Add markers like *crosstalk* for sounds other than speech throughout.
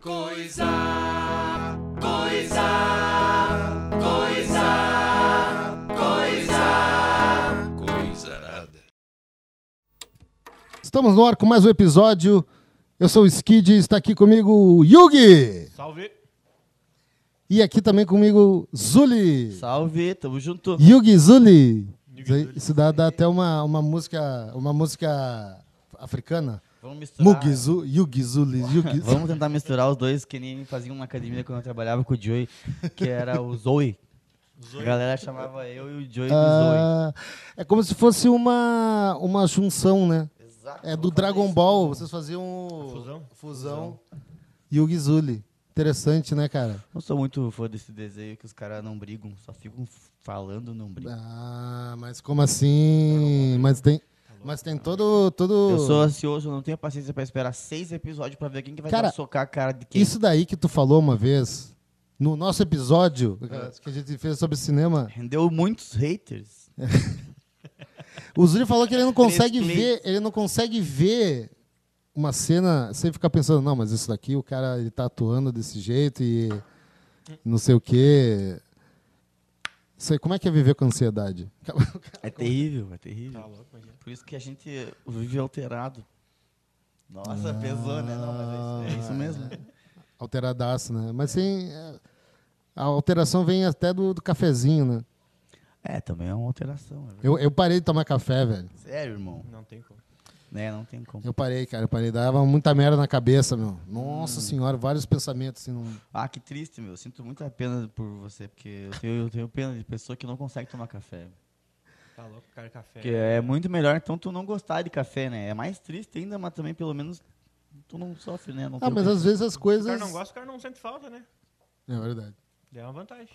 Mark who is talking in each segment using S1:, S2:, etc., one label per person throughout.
S1: Coisa, coisa, coisa, coisa, coisa nada.
S2: Estamos no ar com mais um episódio. Eu sou o Skid e está aqui comigo o Yugi.
S3: Salve!
S2: E aqui também comigo Zuli.
S4: Salve, tamo junto.
S2: Yugi Zuli. Isso aí- Isso dá, dá até uma, uma música uma música africana.
S4: Vamos misturar.
S2: Mugi, Zu, Yugi Zuli. Yugi.
S4: Vamos tentar misturar os dois, que nem faziam na academia quando eu trabalhava com o Joey, que era o Zoe. A galera chamava eu e o Joey de
S2: Ah, é como se fosse uma, uma junção, né?
S4: Zoe. Exato.
S2: É do Dragon Ball. Vocês faziam o-
S3: Fusão?
S2: fusão. Yugi Zuli. Interessante, né, cara?
S4: Não sou muito fã desse desenho que os caras não brigam, só ficam falando não brigam.
S2: Ah, mas como assim? Mas tem, mas tem todo, todo.
S4: Eu sou assim. ansioso, eu não tenho paciência pra esperar seis episódios pra ver quem que vai
S2: Cara,
S4: dar- um socar a cara de quem.
S2: Isso daí que tu falou uma vez no nosso episódio
S4: É.
S2: que a gente fez sobre cinema.
S4: Rendeu muitos haters.
S2: O Zuri falou que ele não
S4: Três
S2: consegue
S4: cliques.
S2: ver, ele não consegue ver uma cena sem ficar pensando, não, mas isso daqui o cara ele tá atuando desse jeito e não sei o quê. Sei como é que é viver com ansiedade. *laughs*
S4: É terrível, é terrível.
S3: Tá louco, imagina.
S4: Por isso que a gente vive alterado. Nossa, pesou, né? Não, mas é isso, é isso mesmo.
S2: Ah. Alteradaço, né? Mas sim, é, a alteração vem até do, do cafezinho, né?
S4: É, também é uma alteração. é verdade.
S2: Eu, eu parei de tomar café, velho.
S4: Sério, irmão.
S3: Não tem como.
S4: Né, não tem como.
S2: Eu parei, cara, eu parei. Dava muita merda na cabeça, meu.
S4: Hum.
S2: Nossa senhora, vários pensamentos assim. Não...
S4: Ah, que triste, meu. Sinto muita pena por você, porque eu tenho, eu tenho pena de pessoa que não consegue tomar café.
S3: Tá louco, cara, café.
S4: Porque é muito melhor, então, tu não gostar de café, né? É mais triste ainda, mas também, pelo menos, tu não sofre, né? Não
S2: Ah,
S4: tem o
S2: mas
S4: que-
S2: às vezes as
S3: O
S2: coisas.
S3: cara não gosta, o cara não sente falta, né?
S2: É verdade.
S3: Daí É uma vantagem.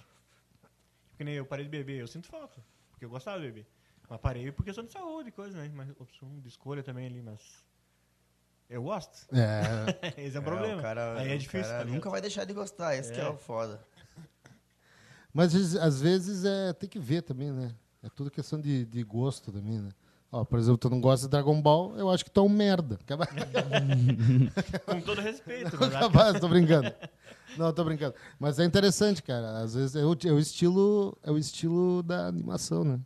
S3: Porque nem eu parei de beber, eu sinto falta. Porque eu gostava de beber. Mas parei porque eu sou de saúde e coisa, né? Mas opção de escolha também ali, mas. Eu gosto. *laughs*
S2: É, *laughs*
S3: Esse é o problema.
S4: o cara-
S3: Aí é
S4: o
S3: difícil.
S4: cara
S3: tá ligado?
S4: nunca vai deixar de gostar, esse que é o foda.
S2: Mas às- às vezes é, tem que ver também, né? É tudo questão de, de gosto também, né? Ó, por exemplo, tu não gosta de Dragon Ball, eu acho que tu é um merda. *laughs* Acaba-
S3: Com todo respeito, mas acho
S2: Capaz, *laughs* tô brincando. Não, tô brincando. Mas é interessante, cara. Às vezes é o, é o estilo, é o estilo da animação, né?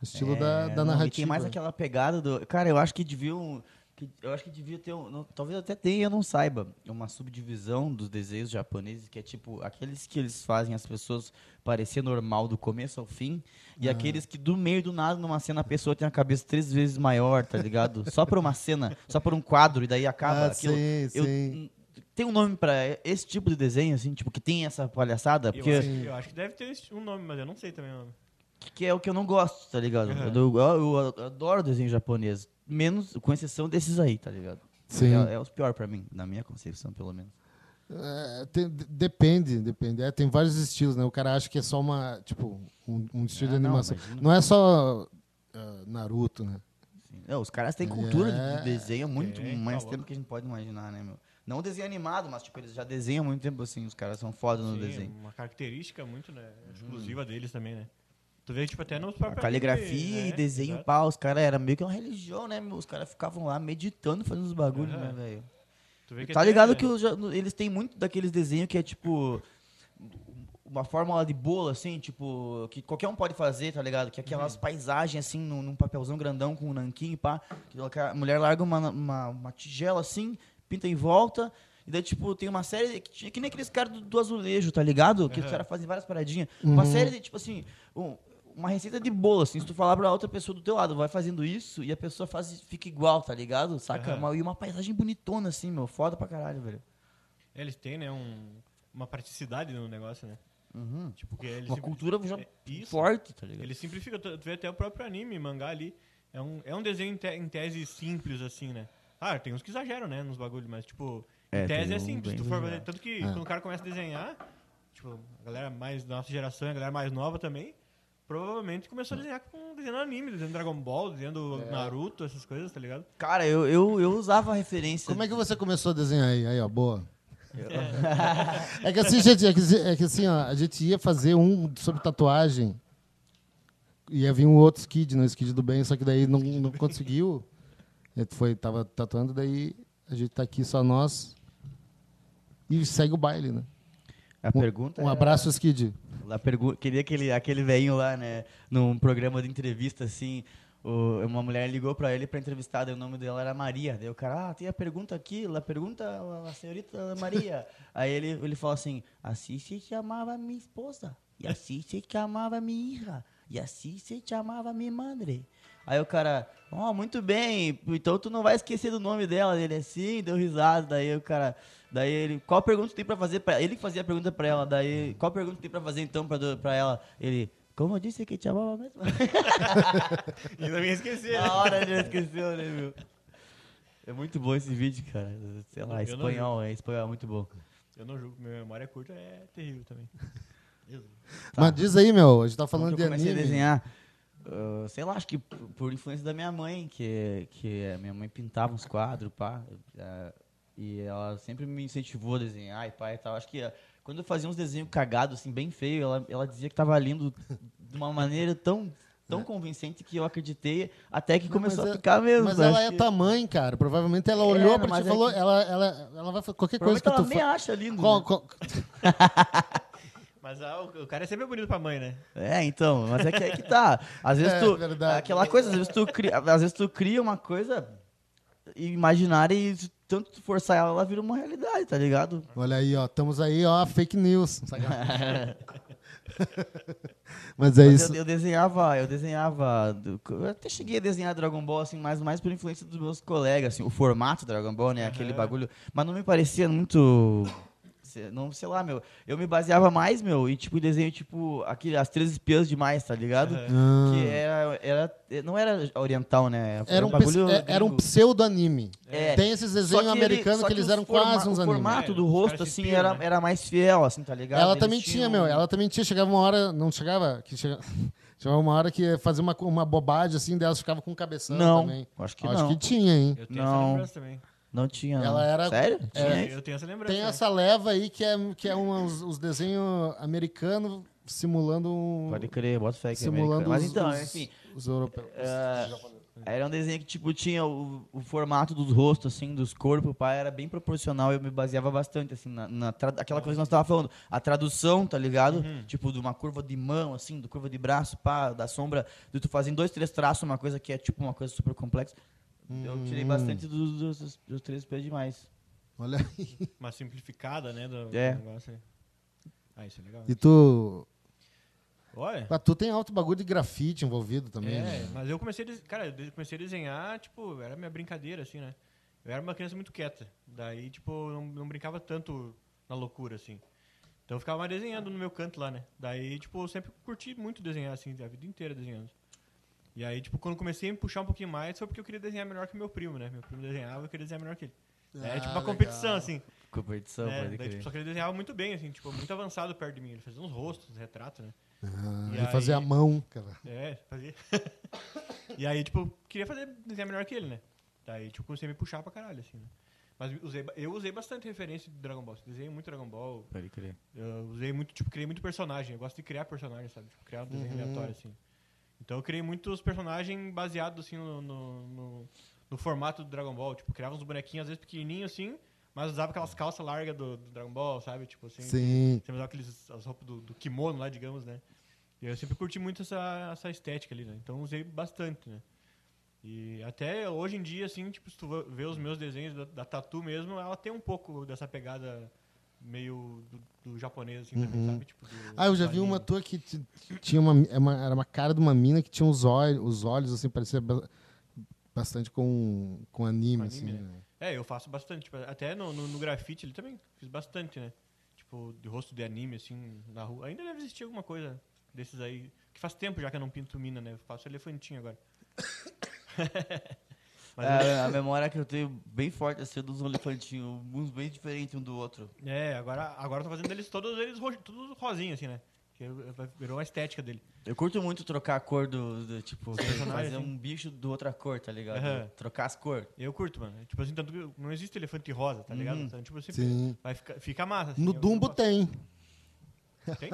S2: O estilo da,
S4: É,
S2: da
S4: não, e
S2: narrativa.
S4: Tem mais aquela pegada do. Cara, eu acho que deviam. que- eu acho que devia ter. um- não, talvez até tenha, eu não saiba. Uma subdivisão dos desenhos japoneses que é tipo aqueles que eles fazem as pessoas parecer normal do começo ao fim e
S2: Ah.
S4: aqueles que do meio do nada, numa cena, a pessoa tem a cabeça três vezes maior, tá ligado? só por uma cena, *laughs* só por um quadro e daí acaba
S2: Ah,
S4: aquilo.
S2: sim,
S4: Eu-
S2: sim.
S4: Tem um nome pra esse tipo de desenho, assim, tipo, que tem essa palhaçada?
S3: Eu,
S4: Porque.
S3: acho, eu acho que deve ter esse- um nome, mas eu não sei também o nome.
S4: que é o que eu não gosto, tá ligado?
S3: Aham.
S4: Eu, dou- eu- eu adoro desenho japonês, menos com exceção desses aí, tá ligado?
S2: Sim.
S4: É, é os pior pra mim, na minha concepção, pelo menos.
S2: É, tem- de- depende, depende. É, tem vários estilos, né? O cara acha que é só uma, tipo, um, um estilo
S4: Ah,
S2: de
S4: não,
S2: animação.
S4: imagina.
S2: Não é só ah, Naruto, né?
S4: Assim, é, os caras têm cultura de-
S2: É,
S4: de desenho há muito
S3: tem,
S4: mais
S3: tá
S4: tempo
S3: louco.
S4: que a gente pode imaginar, né, meu? Não desenho animado, mas tipo, eles já desenham há muito tempo assim, os caras são foda no
S3: Sim, é
S4: desenho. Hum.
S3: Uma característica muito, né? Exclusiva deles também, né? Tu vê, tipo, até nos
S4: A
S3: próprios.
S4: caligrafia e
S3: animes, né?
S4: desenho,
S3: Exato.
S4: pá, os caras era meio que uma religião, né, meu? Os caras ficavam lá meditando, fazendo os bagulhos,
S3: Aham.
S4: né, velho?
S3: Tu vê é-
S4: Tá
S3: até-
S4: ligado que os ja- eles têm muito daqueles desenhos que é tipo uma fórmula de bolo, assim, tipo, que qualquer um pode fazer, tá ligado? Que aquelas
S3: Uhum.
S4: paisagens, assim, num, num papelzão grandão com um nanquim, pá. que a mulher larga uma, uma, uma tigela, assim, pinta em volta. E daí, tipo, tem uma série que, tinha- que nem aqueles caras do, do azulejo, tá ligado? Que os
S3: Aham.
S4: caras fazem várias paradinhas. Uma série de, tipo assim, um- uma receita de bolo, assim. Se tu falar pra outra pessoa do teu lado, vai fazendo isso e a pessoa faz, fica igual, tá ligado? Saca?
S3: Aham.
S4: Uma- E uma paisagem bonitona, assim, meu. Foda pra caralho, velho.
S3: Eles têm, né? um- uma praticidade no negócio, né? Tipo, que eles
S4: Uhum. Uma
S3: simpli-
S4: cultura já
S3: É isso.
S4: forte, tá ligado?
S3: Ele simplifica, tu, tu vê até o próprio anime, mangá ali. É um, é um desenho em, te- em tese simples, assim, né? Ah, tem uns que exageram, né, nos bagulhos, mas, tipo,
S4: É,
S3: em tese
S4: tem
S3: é
S4: um
S3: simples.
S4: bem
S3: Tu for fazer,
S4: exagerado.
S3: tanto que quando o cara começa a desenhar, tipo, a galera mais da nossa geração, a galera mais nova também, provavelmente começou a desenhar com desenhando anime, desenhando Dragon Ball, desenhando
S4: É.
S3: Naruto, essas coisas, tá ligado?
S4: Cara, eu, eu, eu usava a referência.
S2: Como é que você começou a desenhar aí? Aí, ó, boa. É que assim, gente, é que, assim- é que assim, ó, a gente ia fazer um sobre tatuagem. Ia vir um outro skid, no skid do bem, só que daí não, não conseguiu. Ele foi, tava tatuando, daí a gente tá aqui só nós. e segue o baile, né?
S4: A pergunta
S2: Um
S4: é-
S2: abraço, Skid.
S4: A pergu- Queria aquele, aquele velhinho lá, né? Num programa de entrevista, assim. o- uma mulher ligou pra ele pra entrevistar, daí o nome dela era Maria. Daí o cara, ah, tem a pergunta aqui, lá pergunta a a senhorita Maria. Aí ele, ele falou assim: assim se chamava minha esposa, e assim se chamava minha hija, e assim se chamava minha madre. Aí o cara, ó, muito bem, então tu não vai esquecer do nome dela. Ele assim, deu risada. Daí o cara, daí ele, qual pergunta tu tem pra fazer pra ele? que fazia a pergunta pra ela. Daí, qual pergunta tu tem pra fazer então pra, do- pra ela? Ele, como eu disse que te
S3: *laughs*
S4: amava mesmo?
S3: E eu também esqueci.
S4: Na hora ele esqueceu, né, meu? É muito bom esse vídeo, cara. Sei lá,
S3: Eu não vi.
S4: espanhol, é espanhol é muito bom.
S3: Eu não julgo, minha memória curta é terrível também.
S2: Mas diz aí, meu, a gente tá
S4: Quando
S2: falando
S4: eu
S2: de
S4: comecei
S2: anime.
S4: a desenhar, ah, sei lá, acho que p- por influência da minha mãe, que, que a minha mãe pintava uns quadros, pá, ah, e ela sempre me incentivou a desenhar e pá e tal. Acho que ah, quando eu fazia uns desenhos cagados, assim, bem feio, ela, ela dizia que tava lindo de uma maneira tão, tão convincente que eu acreditei, até que
S2: É. Não,
S4: começou
S2: mas
S4: a
S2: é-
S4: ficar mesmo.
S2: Mas
S4: né?
S2: ela
S4: Acho
S2: é
S4: que-
S2: tua mãe, cara. Provavelmente ela
S4: É,
S2: olhou pra ti
S4: mas
S2: e
S4: é
S2: falou.
S4: que-
S2: Ela, ela, ela vai fazer qualquer coisa
S4: Provavelmente
S2: que
S4: ela
S2: tu
S4: nem
S2: fa...
S4: acha lindo.
S2: Qual-
S4: né?
S2: qual-
S3: Mas ah, o o cara é sempre bonito pra mãe, né?
S4: É, então, mas é que é que tá. Às
S2: *laughs*
S4: vezes
S2: É,
S4: tu.
S2: verdade.
S4: Aquela coisa, às vezes tu cria, às vezes tu cria uma coisa imaginária e se tanto tu forçar ela, ela vira uma realidade, tá ligado?
S2: Olha aí, ó. Estamos aí, ó. Fake news.
S4: *laughs*
S2: Mas é
S4: Mas
S2: isso.
S4: eu, eu desenhava, eu desenhava. do- Eu até cheguei a desenhar Dragon Ball, assim, mas mais por influência dos meus colegas, assim, o formato do Dragon Ball, né? Aquele bagulho. Mas não me parecia muito. se- Não, sei lá, meu. Eu me baseava mais, meu, e tipo, desenho, tipo, aquele, as três espiãs demais, tá ligado?
S2: Ah.
S4: Que era, era. Não era oriental, né?
S2: Era um,
S4: bagulho
S2: pis- é- era um
S4: gringo.
S2: pseudo-anime.
S4: É.
S2: Tem esses desenhos
S4: Só que ele-
S2: americanos
S4: só
S2: que eles
S4: os
S2: eram
S4: forma-
S2: quase uns
S4: O
S2: animes.
S4: formato
S3: É,
S4: do
S3: os
S4: rosto,
S3: caras se
S4: assim,
S3: inspiram,
S4: era,
S3: né?
S4: era mais fiel, assim, tá ligado?
S2: Ela
S4: Eles
S2: também tinha,
S4: tinham-
S2: meu. Ela também tinha. Chegava uma hora, não chegava, que chega- chegava uma hora que fazia uma, co- uma bobagem assim, delas ficava com um cabeção
S4: Não,
S2: também.
S4: acho que
S2: Acho
S4: não.
S2: que tinha, hein?
S3: Eu tenho
S4: Não.
S3: essa lembrança também.
S4: Não tinha, não.
S2: Ela era-
S4: Sério?
S2: É.
S4: Tinha?
S3: Eu tenho essa lembrança.
S2: Tem
S3: né?
S2: essa leva aí que é, que é um, os, os desenhos americanos simulando um.
S4: Pode crer, bota fé que é
S2: simulando
S4: americano. Mas
S2: os,
S4: então,
S2: os-
S4: enfim,
S2: Os europeus.
S4: Ah, era um desenho que, tipo, tinha o, o formato dos rostos, assim, dos corpos, pá, era bem proporcional, eu me baseava bastante, assim, na, na tra- aquela coisa que nós tava falando, a tradução, tá ligado? Tipo, de uma curva de mão, assim, do curva de braço, pá, da sombra, de tu fazer em dois, três traços, uma coisa que é, tipo, uma coisa super complexa. Eu tirei bastante dos, dos, dos, dos três pés demais.
S2: Olha aí.
S3: Uma simplificada, né? Do,
S4: É.
S3: do negócio aí. Ah, isso é legal.
S2: E tu.
S3: Olha.
S2: Ah, tu tem alto bagulho de grafite envolvido também.
S3: É,
S2: né?
S3: mas eu comecei a, des- cara, eu de- comecei a desenhar, tipo, era minha brincadeira, assim, né? Eu era uma criança muito quieta. Daí, tipo, eu não, não brincava tanto na loucura, assim. Então eu ficava mais desenhando no meu canto lá, né? Daí, tipo, eu sempre curti muito desenhar, assim, a vida inteira desenhando. E aí, tipo, quando comecei a me puxar um pouquinho mais, foi porque eu queria desenhar melhor que meu primo, né? Meu primo desenhava, eu queria desenhar melhor que ele.
S2: Ah,
S3: é tipo uma
S2: legal.
S3: competição, assim.
S4: Competição,
S3: né?
S4: pode
S3: Daí, tipo,
S4: crer.
S3: só que ele desenhava muito bem, assim, tipo, muito avançado perto de mim. Ele fazia uns rostos, uns retratos, né?
S2: Ah,
S3: E
S2: ele fazia a
S3: aí-
S2: mão, cara.
S3: É,
S4: *laughs*
S3: fazia. e aí, tipo, queria fazer desenhar melhor que ele, né? Daí, tipo, comecei a me puxar pra caralho, assim, né? Mas usei, ba- eu usei bastante referência de Dragon Ball. assim, Desenhei muito Dragon Ball.
S4: Pode crer.
S3: Eu usei muito, tipo, criei muito personagem. Eu gosto de criar personagem, sabe? Tipo, criar um desenho
S4: Uhum.
S3: aleatório, assim. Então eu criei muitos personagens baseados, assim, no, no, no- no formato do Dragon Ball. Tipo, criava uns bonequinhos, às vezes pequenininhos, assim, mas usava aquelas calças largas do, do Dragon Ball, sabe? Tipo, assim.
S2: Sim.
S3: Sempre usava aqueles, as roupas do, do kimono lá, digamos, né? E eu sempre curti muito essa, essa estética ali, né? Então usei bastante, né? E até hoje em dia, assim, tipo, se tu va- vê os meus desenhos da, da Tatu mesmo, ela tem um pouco dessa pegada meio do, do japonês, assim, também, sabe? Tipo, do,
S2: Ah, eu já
S3: do
S2: vi uma
S3: anime.
S2: tua que t- tinha uma, é uma- Era uma cara de uma mina que tinha os olhos, os olhos assim, parecia ba- bastante com, com anime,
S3: Com anime,
S2: assim.
S3: né?
S2: né?
S3: É, eu faço bastante. tipo, até no, no, no grafite ele também fiz bastante, né? Tipo, de rosto de anime, assim, na rua. Ainda deve existir alguma coisa desses aí. Que faz tempo já que eu não pinto mina, né? Eu faço elefantinho agora. *laughs* Mas eu-
S4: É, a memória que eu tenho bem forte, assim, dos elefantinhos, uns bem diferentes um do outro.
S3: É, agora, agora eu tô fazendo eles todos eles ro- tudo rosinho, assim, né? Que eu- vai- virou uma estética dele.
S4: Eu curto muito trocar a cor do, do, tipo, fazer
S3: personagens,
S4: um bicho do outra cor, tá ligado?
S3: Aham.
S4: Trocar as cores.
S3: Eu curto, mano. Tipo assim, tanto que não existe elefante rosa, tá ligado? Então, tipo, sempre
S2: Uhum. Sim.
S3: vai ficar fica massa. Assim,
S2: No
S3: Eu-
S2: Dumbo
S3: eu
S2: tem.
S3: gosto. tem.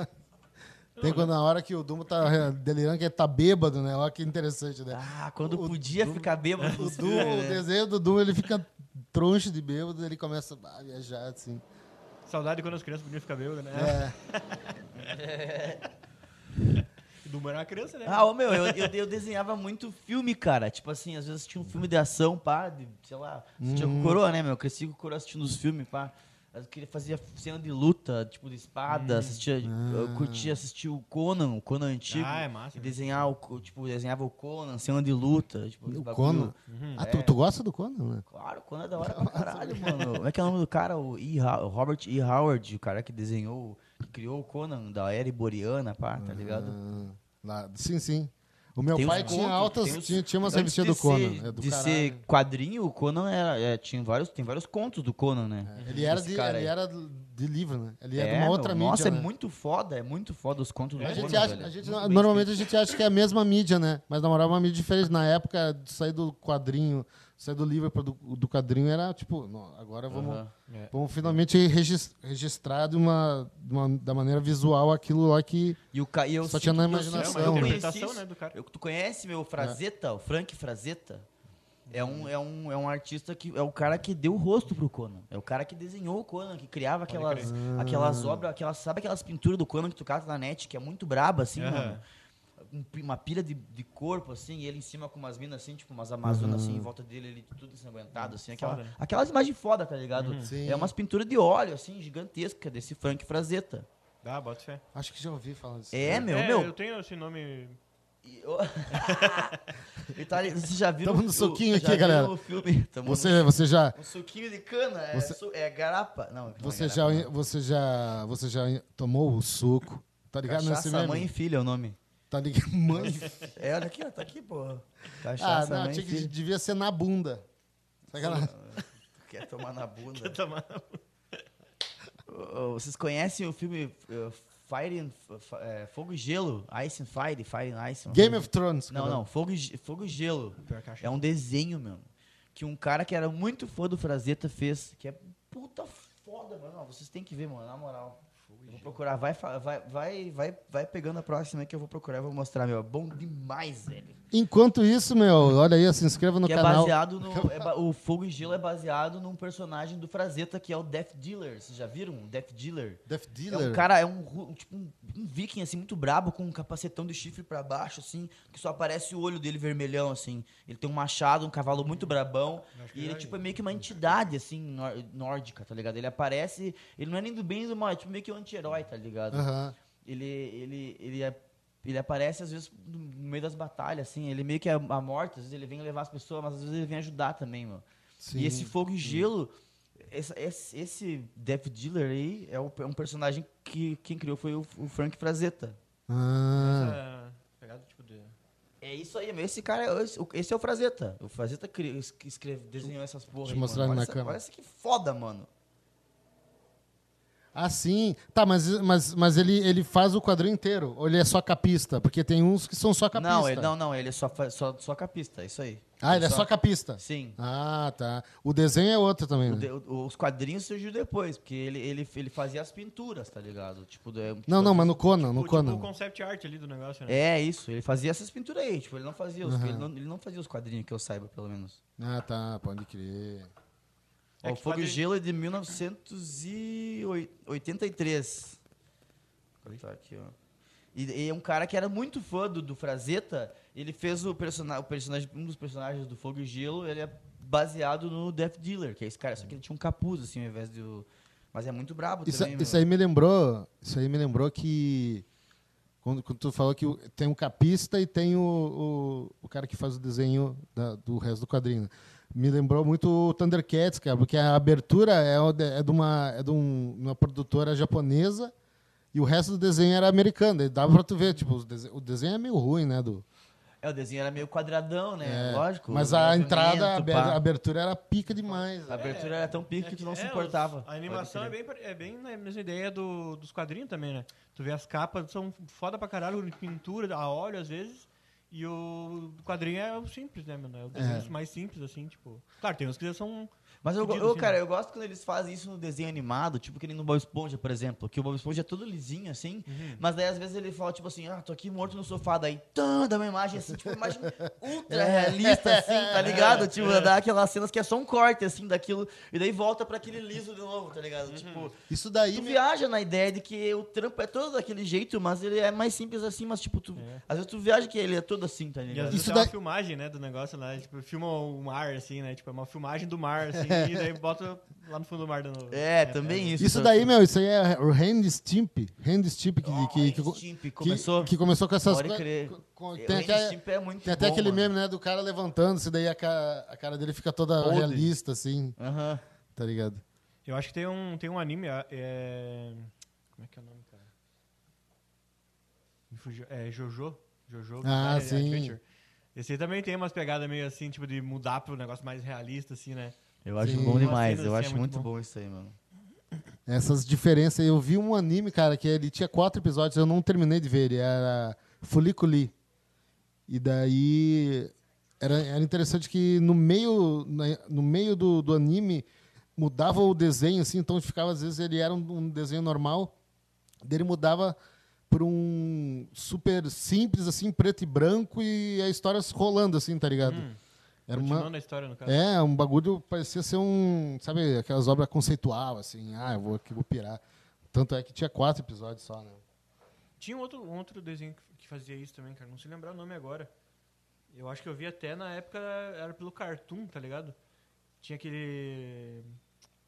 S2: Tem quando na hora que o Dumbo tá *laughs* eh, delirando, que ele tá bêbado, né? Olha que interessante, né?
S4: Ah, quando
S2: O
S4: podia ficar bêbado
S2: O,
S4: *laughs* nos
S2: Du,
S4: filmes,
S2: o
S4: né?
S2: desenho do Doom, ele fica troncho de bêbado, ele começa a viajar, assim.
S3: Saudade quando as crianças podiam ficar bêbadas, né? E *laughs* do humor é uma criança, né?
S4: É. Ah, ô, meu, eu, eu, eu desenhava muito filme, cara. Tipo assim, às vezes tinha um filme de ação, pá, de, sei lá, assistia
S2: Hum.
S4: com o Coroa, né, meu? Eu Cresci com o Coroa assistindo os filmes, pá. Eu queria fazer cena de luta, tipo, de
S2: Hum.
S4: espada, assistia, eu
S2: Ah.
S4: curtia assistir o Conan, o Conan antigo.
S3: Ah, é massa.
S2: né?
S4: E desenhar o, co- tipo, desenhava o Conan, cena de luta, tipo, esse
S2: O
S4: bagulho. É.
S2: Conan? ah, tu, tu gosta do Conan, né?
S4: Claro, o Conan é da hora pra caralho, mano. Como é que é o nome do cara? O e. Ho- o Robert E. Howard, o cara que desenhou, que criou o Conan, da era iboriana, pá, tá ligado?
S2: Ah, lá- sim, sim. O meu
S4: Tem
S2: pai
S4: uns
S2: tinha
S4: contos,
S2: altas,
S4: tem uns-
S2: tinha, tinha umas
S4: Então, Antes
S2: revistinhas
S4: de
S2: do Conan.
S4: ser-
S2: é do
S4: de
S2: caralho.
S4: ser quadrinho, o Conan era, é, tinha vários, tem vários contos do Conan, né?
S2: É, Ele era,
S4: Esse
S2: de,
S4: cara
S2: ele
S4: aí.
S2: era de livro, né? Ele era
S4: É,
S2: de uma outra
S4: meu,
S2: mídia.
S4: Nossa,
S2: né?
S4: é muito foda, é muito foda os contos do
S2: A gente
S4: Conan,
S2: acha,
S4: velho.
S2: a gente-
S4: Muito bem
S2: normalmente a gente acha que é a mesma mídia, né? Mas na moral é uma mídia diferente. Na época, de sair do quadrinho, sair do livro pro do, do quadrinho era tipo, "Não, agora
S4: escrito.
S2: vamos,
S4: Aham.
S3: É.
S2: vamos finalmente regis- registrar de uma, de uma- da maneira visual aquilo lá que.
S4: E, o, ca- e eu
S2: Só
S4: sinto
S2: tinha na
S4: que eu-
S2: imaginação,
S4: eu
S2: né?
S4: conheci
S3: Interpretação,
S4: isso-
S3: né, do cara.
S4: eu- tu conhece meu Frazetta, o Frank Frazetta? É um, é, um, é um artista que é o cara que deu o rosto pro Conan. É o cara que desenhou o Conan, que criava aquelas, aquelas obras, aquelas, sabe aquelas pinturas do Conan que tu cata na net, que é muito braba, assim,
S3: Aham.
S4: mano? Um pi- uma pilha de, de corpo, assim, e ele em cima com umas minas, assim, tipo, umas amazonas, assim, em volta dele, ele tudo ensanguentado, assim. Aquela,
S3: Foda, Uhum. né?
S4: Aquelas imagens foda, tá ligado?
S2: Sim.
S4: É umas pinturas de óleo, assim, gigantesca, desse Frank Frazetta.
S3: Dá, bota fé.
S2: Acho que já ouvi falar disso.
S4: É, meu,
S3: é,
S4: meu,
S3: Eu tenho esse nome.
S4: e eu- *laughs* E tá ali, vocês já viram
S2: Tamo no
S4: o-
S2: um suquinho
S4: já
S2: aqui,
S4: viram
S2: galera.
S4: O filme. Tamo
S2: Você, você já.
S4: no- um suquinho de cana, é,
S2: Você-
S4: su- é garapa. Não, não é
S2: Você já,
S4: garapa, não.
S2: você já, você já tomou o suco? Tá ligado nesse
S4: Cachaça,
S2: meme?
S4: mãe e filha é o nome.
S2: Tá ligado? *laughs* Mãe.
S4: É, olha aqui, ó, tá aqui, pô.
S2: ah,
S4: Cachaça,
S2: não,
S4: mãe e
S2: tinha que,
S4: filha.
S2: devia ser na bunda. Tá Sacanagem.
S4: Quer tomar na bunda.
S3: Tá mal.
S4: Ô, ô, Vocês conhecem o filme eh, Fire and, F- eh, Fogo e Gelo? Ice and Fire, Fire and Ice. uma
S2: Game
S4: coisa assim.
S2: of Thrones. né?
S4: Não,
S2: cara.
S4: não, Fogo e, Ge- Fogo e Gelo.
S3: Pior que eu acho.
S4: É um desenho, meu. Que um cara que era muito fã do Frazetta fez. Que é puta foda, mano. Não, vocês têm que ver, mano, na moral. Eu Vou procurar, vai, fa- vai, vai, vai, vai pegando a próxima aí que eu vou procurar e vou mostrar, meu. É bom demais, velho.
S2: Enquanto isso, meu, olha aí, se inscreva no
S4: que é
S2: canal.
S4: baseado no. é ba- o Fogo e Gelo é baseado num personagem do Frazetta que é o Death Dealer. Vocês já viram? Death Dealer.
S2: Death
S4: É
S2: Dealer.
S4: um cara, é um, ru- um tipo um, um viking, assim, muito brabo, com um capacetão de chifre pra baixo, assim, que só aparece o olho dele vermelhão, assim. Ele tem um machado, um cavalo muito brabão,
S3: Acho que
S4: e ele,
S3: já-
S4: tipo, é meio que uma entidade, assim, nor- nórdica, tá ligado? Ele aparece, ele não é nem do bem nem do mal, é tipo meio que um anti-herói, tá ligado?
S2: Aham.
S4: Ele, ele, ele é- Ele aparece, às vezes, no no meio das batalhas, assim. Ele meio que é a morte, às vezes ele vem levar as pessoas, mas às vezes ele vem ajudar também, mano.
S2: Sim.
S4: E esse fogo e gelo, essa- esse, esse Death Dealer aí é, o- é um personagem que quem criou foi o, o Frank Frazetta.
S2: Ah,
S3: Essa pegada tipo de.
S4: É isso aí, meu. Esse cara, é- esse, esse é o Frazetta. O Frazetta criou, es- escreve, desenhou essas porra
S2: Deixa eu
S4: aí,
S2: mostrar
S4: mano.
S2: na
S4: Olha essa-
S2: câmera.
S4: Olha essa que foda, mano.
S2: Ah, sim. Tá, mas, mas, mas ele, ele faz o quadrinho inteiro. Ou ele é só capista? Porque tem uns que são só capista.
S4: Não, ele, não, não, ele é só, fa- só, só capista, é isso aí.
S2: Ah, ele é só capista.
S4: Sim.
S2: Ah, tá. O desenho é outro também,
S4: O
S2: né?
S4: de- o- os quadrinhos surgiu depois, porque ele, ele, ele fazia as pinturas, tá ligado? Tipo, é,
S2: Não, não, mas no Conan,
S3: Pô,
S2: no
S3: tipo
S2: Conan.
S3: o concept art ali do negócio, né?
S4: É isso, ele fazia essas pinturas aí, tipo, ele não fazia os,
S2: Aham.
S4: ele não, ele não fazia os quadrinhos que eu saiba, pelo menos.
S2: Ah, tá, pode crer.
S4: Ó,
S3: É
S4: o
S3: que
S4: Fogo e
S3: fazem-
S4: Gelo é de 1983. Tá aqui, ó. E, e é um cara que era muito fã do, do Frazetta. Ele fez o, persona, o personagem, um dos personagens do Fogo e Gelo, ele é baseado no Death Dealer, que é esse cara. Só que ele tinha um capuz, assim, ao invés do... Mas é muito brabo
S2: Isso,
S4: também,
S2: isso
S4: meu.
S2: aí me lembrou. Isso aí me lembrou que. Quando, quando tu falou que o- tem um capista e tem o, o, o cara que faz o desenho da- do resto do quadrinho. né? Me lembrou muito o Thundercats, cara, porque a abertura é, o de- é de, uma, é de um- uma produtora japonesa e o resto do desenho era americano. E dava pra tu ver, tipo, o dese- o desenho é meio ruim, né? Do,
S4: É, o desenho era meio quadradão, né?
S2: é,
S4: Lógico.
S2: Mas
S4: o
S2: a
S4: movimento,
S2: entrada, a abe-
S4: pá.
S2: a abertura era pica demais.
S4: A abertura era tão pica que tu não se
S3: É,
S4: importava.
S3: A animação é
S4: Pode crer.
S3: bem, pare- é bem na mesma ideia do, dos quadrinhos também, né? Tu vê as capas, são foda pra caralho, pintura, a óleo às vezes. E
S4: É.
S3: o quadrinho é o simples, né, mano? É o desenho mais simples, assim, tipo. Claro, tem uns que são
S4: Mas eu, go-
S3: Fudido,
S4: eu,
S3: assim,
S4: cara,
S3: né?
S4: eu gosto quando eles fazem isso no desenho animado, tipo que nem no Bob Esponja, por exemplo, que o Bob Esponja é todo lisinho, assim, mas daí às vezes ele fala, tipo assim, ah, tô aqui morto no sofá, daí tã, dá uma imagem assim, tipo, uma imagem ultra realista, assim, tá ligado? Tipo, dá aquelas cenas que é só um corte, assim, daquilo, e daí volta pra aquele liso de novo, tá ligado? Tipo,
S2: Isso daí
S4: tu
S2: me-
S4: viaja na ideia de que o trampo é todo daquele jeito, mas ele é mais simples assim, mas tipo, tu, às vezes tu viaja que ele é todo assim, tá
S3: E às
S4: ligado?
S3: vezes
S2: Isso
S3: é
S2: daí-
S3: uma filmagem, né, do negócio lá, tipo, filma o mar, assim, né, tipo, é uma filmagem do mar,
S4: *laughs*
S3: assim, e daí bota lá no fundo do mar de novo.
S4: É, também isso.
S2: Isso daí, meu, isso aí é o hand stimp. Hand stimp que,
S4: Oh,
S2: que, que-
S4: Hand Stimp começou.
S2: que começou com essas
S4: Pode
S2: co-
S4: crer.
S2: co- co-
S4: O
S2: Tem,
S4: Hand
S2: aquela-
S4: Stimp é muito
S2: tem até
S4: bom,
S2: aquele
S4: mano.
S2: meme, né, do cara levantando, se daí a cara, a cara dele fica toda
S4: Podre.
S2: realista, assim,
S4: Aham.
S2: tá ligado?
S3: Eu acho que tem um, tem um anime, é- é... Como é que é o nome, cara? Me fugiu. É Jojo. Jojo
S2: Ah,
S3: Bizarre
S2: sim.
S3: Adventure. Esse aí também tem umas pegadas meio assim, tipo, de mudar pro negócio mais realista, assim, né?
S4: Eu acho
S2: Sim.
S4: bom
S2: Nossa,
S4: demais,
S3: isso
S4: eu
S3: é
S4: acho
S3: muito
S4: muito
S3: bom.
S4: bom isso aí, mano.
S2: Essas diferenças. Eu vi um anime, cara, que ele tinha quatro episódios, eu não terminei de ver, ele era Fuliculi. E daí era, era interessante que no meio, na- no meio do, do anime mudava o desenho, assim, então ficava, às vezes, ele era um, um desenho normal, dele mudava por um super simples, assim, preto e branco, e a história se rolando, assim, tá ligado? Era uma-
S3: Continuando a história, no caso.
S2: é, um bagulho parecia ser um. Sabe, aquelas obras conceitual, assim. Ah, eu vou aqui, vou pirar. Tanto é que tinha quatro episódios só, né?
S3: Tinha um outro, um outro desenho que- que fazia isso também, cara. Não sei lembrar o nome agora. Eu acho que eu vi até na época, era pelo Cartoon, tá ligado? Tinha aquele.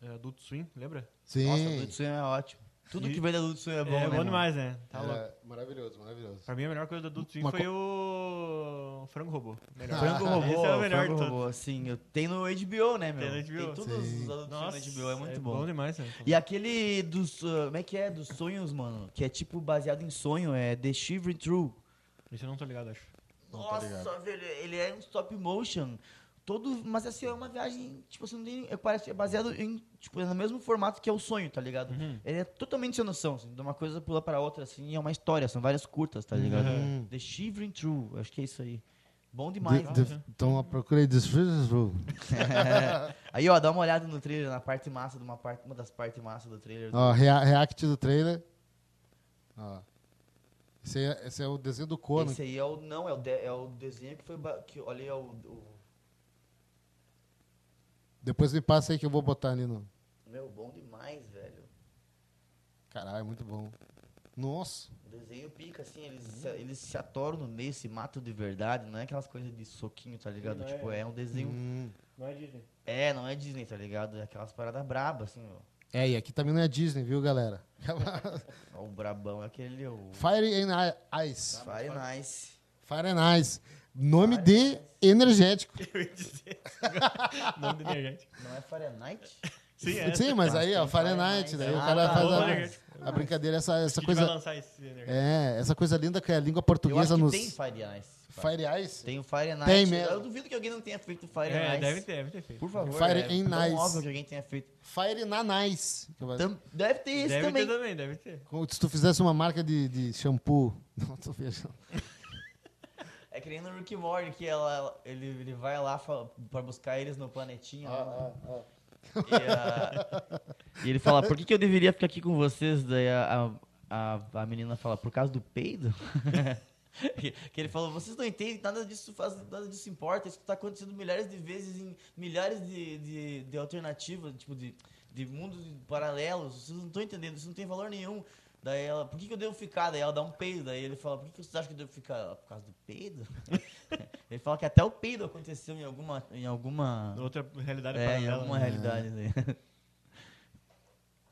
S3: É, Adult Swim, lembra?
S2: Sim.
S4: Nossa, Adult Swim é ótimo. Tudo
S3: E-
S4: que vem da Adult Swim é
S3: É
S4: bom, né,
S3: bom
S4: mano?
S3: demais, né? Tá louco.
S2: Era maravilhoso, maravilhoso.
S3: Pra mim, a melhor coisa do Adult Swim
S2: Uma
S3: foi
S2: co-
S3: o Frango Robô. Melhor.
S4: Frango Robô,
S3: Esse é o melhor
S4: Frango
S3: de todos.
S4: Robô, assim, eu tenho no HBO, né, meu?
S3: Tem no HBO.
S4: Tem todos
S2: Sim.
S4: os Adult Swim no HBO, é muito
S3: bom
S4: bom.
S3: demais, né?
S4: E aquele dos, uh, como é que é, dos sonhos, mano, que é tipo baseado em sonho, é The Shivering True.
S3: Esse eu não tô ligado, acho.
S2: Não, tá
S4: Nossa,
S2: ligado.
S4: velho, ele é um stop motion. Todo, mas assim, é uma viagem, tipo assim, não tem, é, parece, é baseado em, tipo, é no mesmo formato que é o sonho, tá ligado?
S2: Uhum.
S4: Ele é totalmente sem noção, assim, de uma coisa pula pra outra, assim, e é uma história, são várias curtas, tá ligado?
S2: Uhum.
S4: The Shivering True, acho que é isso aí. Bom demais.
S2: De- de-
S4: né?
S2: Então eu procurei Desfrizes
S4: aí, ó, dá uma olhada no trailer, na parte massa, de uma, parte, uma das partes massa do trailer.
S2: Ó, rea- react do trailer. Ó. Esse, aí é, esse é o desenho do Conan.
S4: Esse aí é o, não, é o, de- é o desenho que foi, ba- que, olha aí, é o, o-
S2: Depois me passa aí que eu vou botar ali no.
S4: meu, bom demais, velho.
S2: Caralho, muito bom. Nossa.
S4: O desenho pica, assim, eles, se- eles se atoram no meio, se matam de verdade, não é aquelas coisas de soquinho, tá ligado?
S3: Não
S4: tipo, é.
S3: é.
S4: um desenho.
S2: Hum.
S3: Não é Disney.
S4: É, não é Disney, tá ligado? É aquelas paradas brabas, assim, ó.
S2: É, e aqui também não é Disney, viu, galera?
S4: Ó, O brabão é aquele, o.
S2: Fire and Ice.
S4: Fire Nice.
S2: Fire and Ice. Nome de energético.
S3: *laughs* Eu ia dizer. *laughs* Nome do energético.
S4: Não é Fire
S2: *laughs*
S4: Night?
S3: Sim, é.
S2: Sim, mas
S4: Mas
S2: aí, ó,
S4: tem Fire
S2: Fahrenheit,
S4: Night,
S2: daí o
S4: ah,
S2: cara
S4: tá,
S2: faz
S3: outro
S2: a-
S3: energético.
S2: a, brincadeira, essa, essa
S3: Acho que ele vai
S2: coisa.
S3: lançar esse energético.
S2: É, essa coisa linda que é a língua
S4: Eu
S2: portuguesa
S4: acho que
S2: nos.
S4: tem Fire Nice.
S2: Fire Ice?
S4: Tem o Fire Night.
S2: Tem mesmo.
S4: Eu duvido que alguém não tenha feito Fire
S3: É,
S4: Nice.
S3: deve ter, deve ter feito.
S4: Por favor.
S2: Fire
S4: é
S2: and
S4: tão
S2: Nice.
S4: óbvio que alguém tenha feito.
S2: Fire Nanais. que eu-
S4: Tam- Deve ter esse
S3: deve
S4: também.
S3: ter também, deve ter.
S2: Como se tu fizesse uma marca de, de shampoo. *laughs* Não, tô viajando.
S4: É que nem no Rick and Morty, que ela, ela- ele, ele vai lá fa- pra buscar eles no planetinha.
S2: Ah,
S4: lá, né? E, a- e ele fala, por que, que eu deveria ficar aqui com vocês? Daí a, a, a, a menina fala, por causa do peido? *laughs* que ele falou, vocês não entendem, nada disso faz, nada disso importa, isso tá acontecendo milhares de vezes em milhares de, de, de alternativas, tipo, de, de mundos paralelos, vocês não estão entendendo, isso não tem valor nenhum. Daí ela, por que, que eu devo ficar? Daí ela dá um peido, daí ele fala, por que, que vocês acham que eu devo ficar? Ela, por causa do peido? *laughs* ele fala que até o peido aconteceu em alguma. Em alguma
S3: Outra realidade
S4: é, em
S3: paralela.
S4: alguma
S3: né?
S4: realidade. né?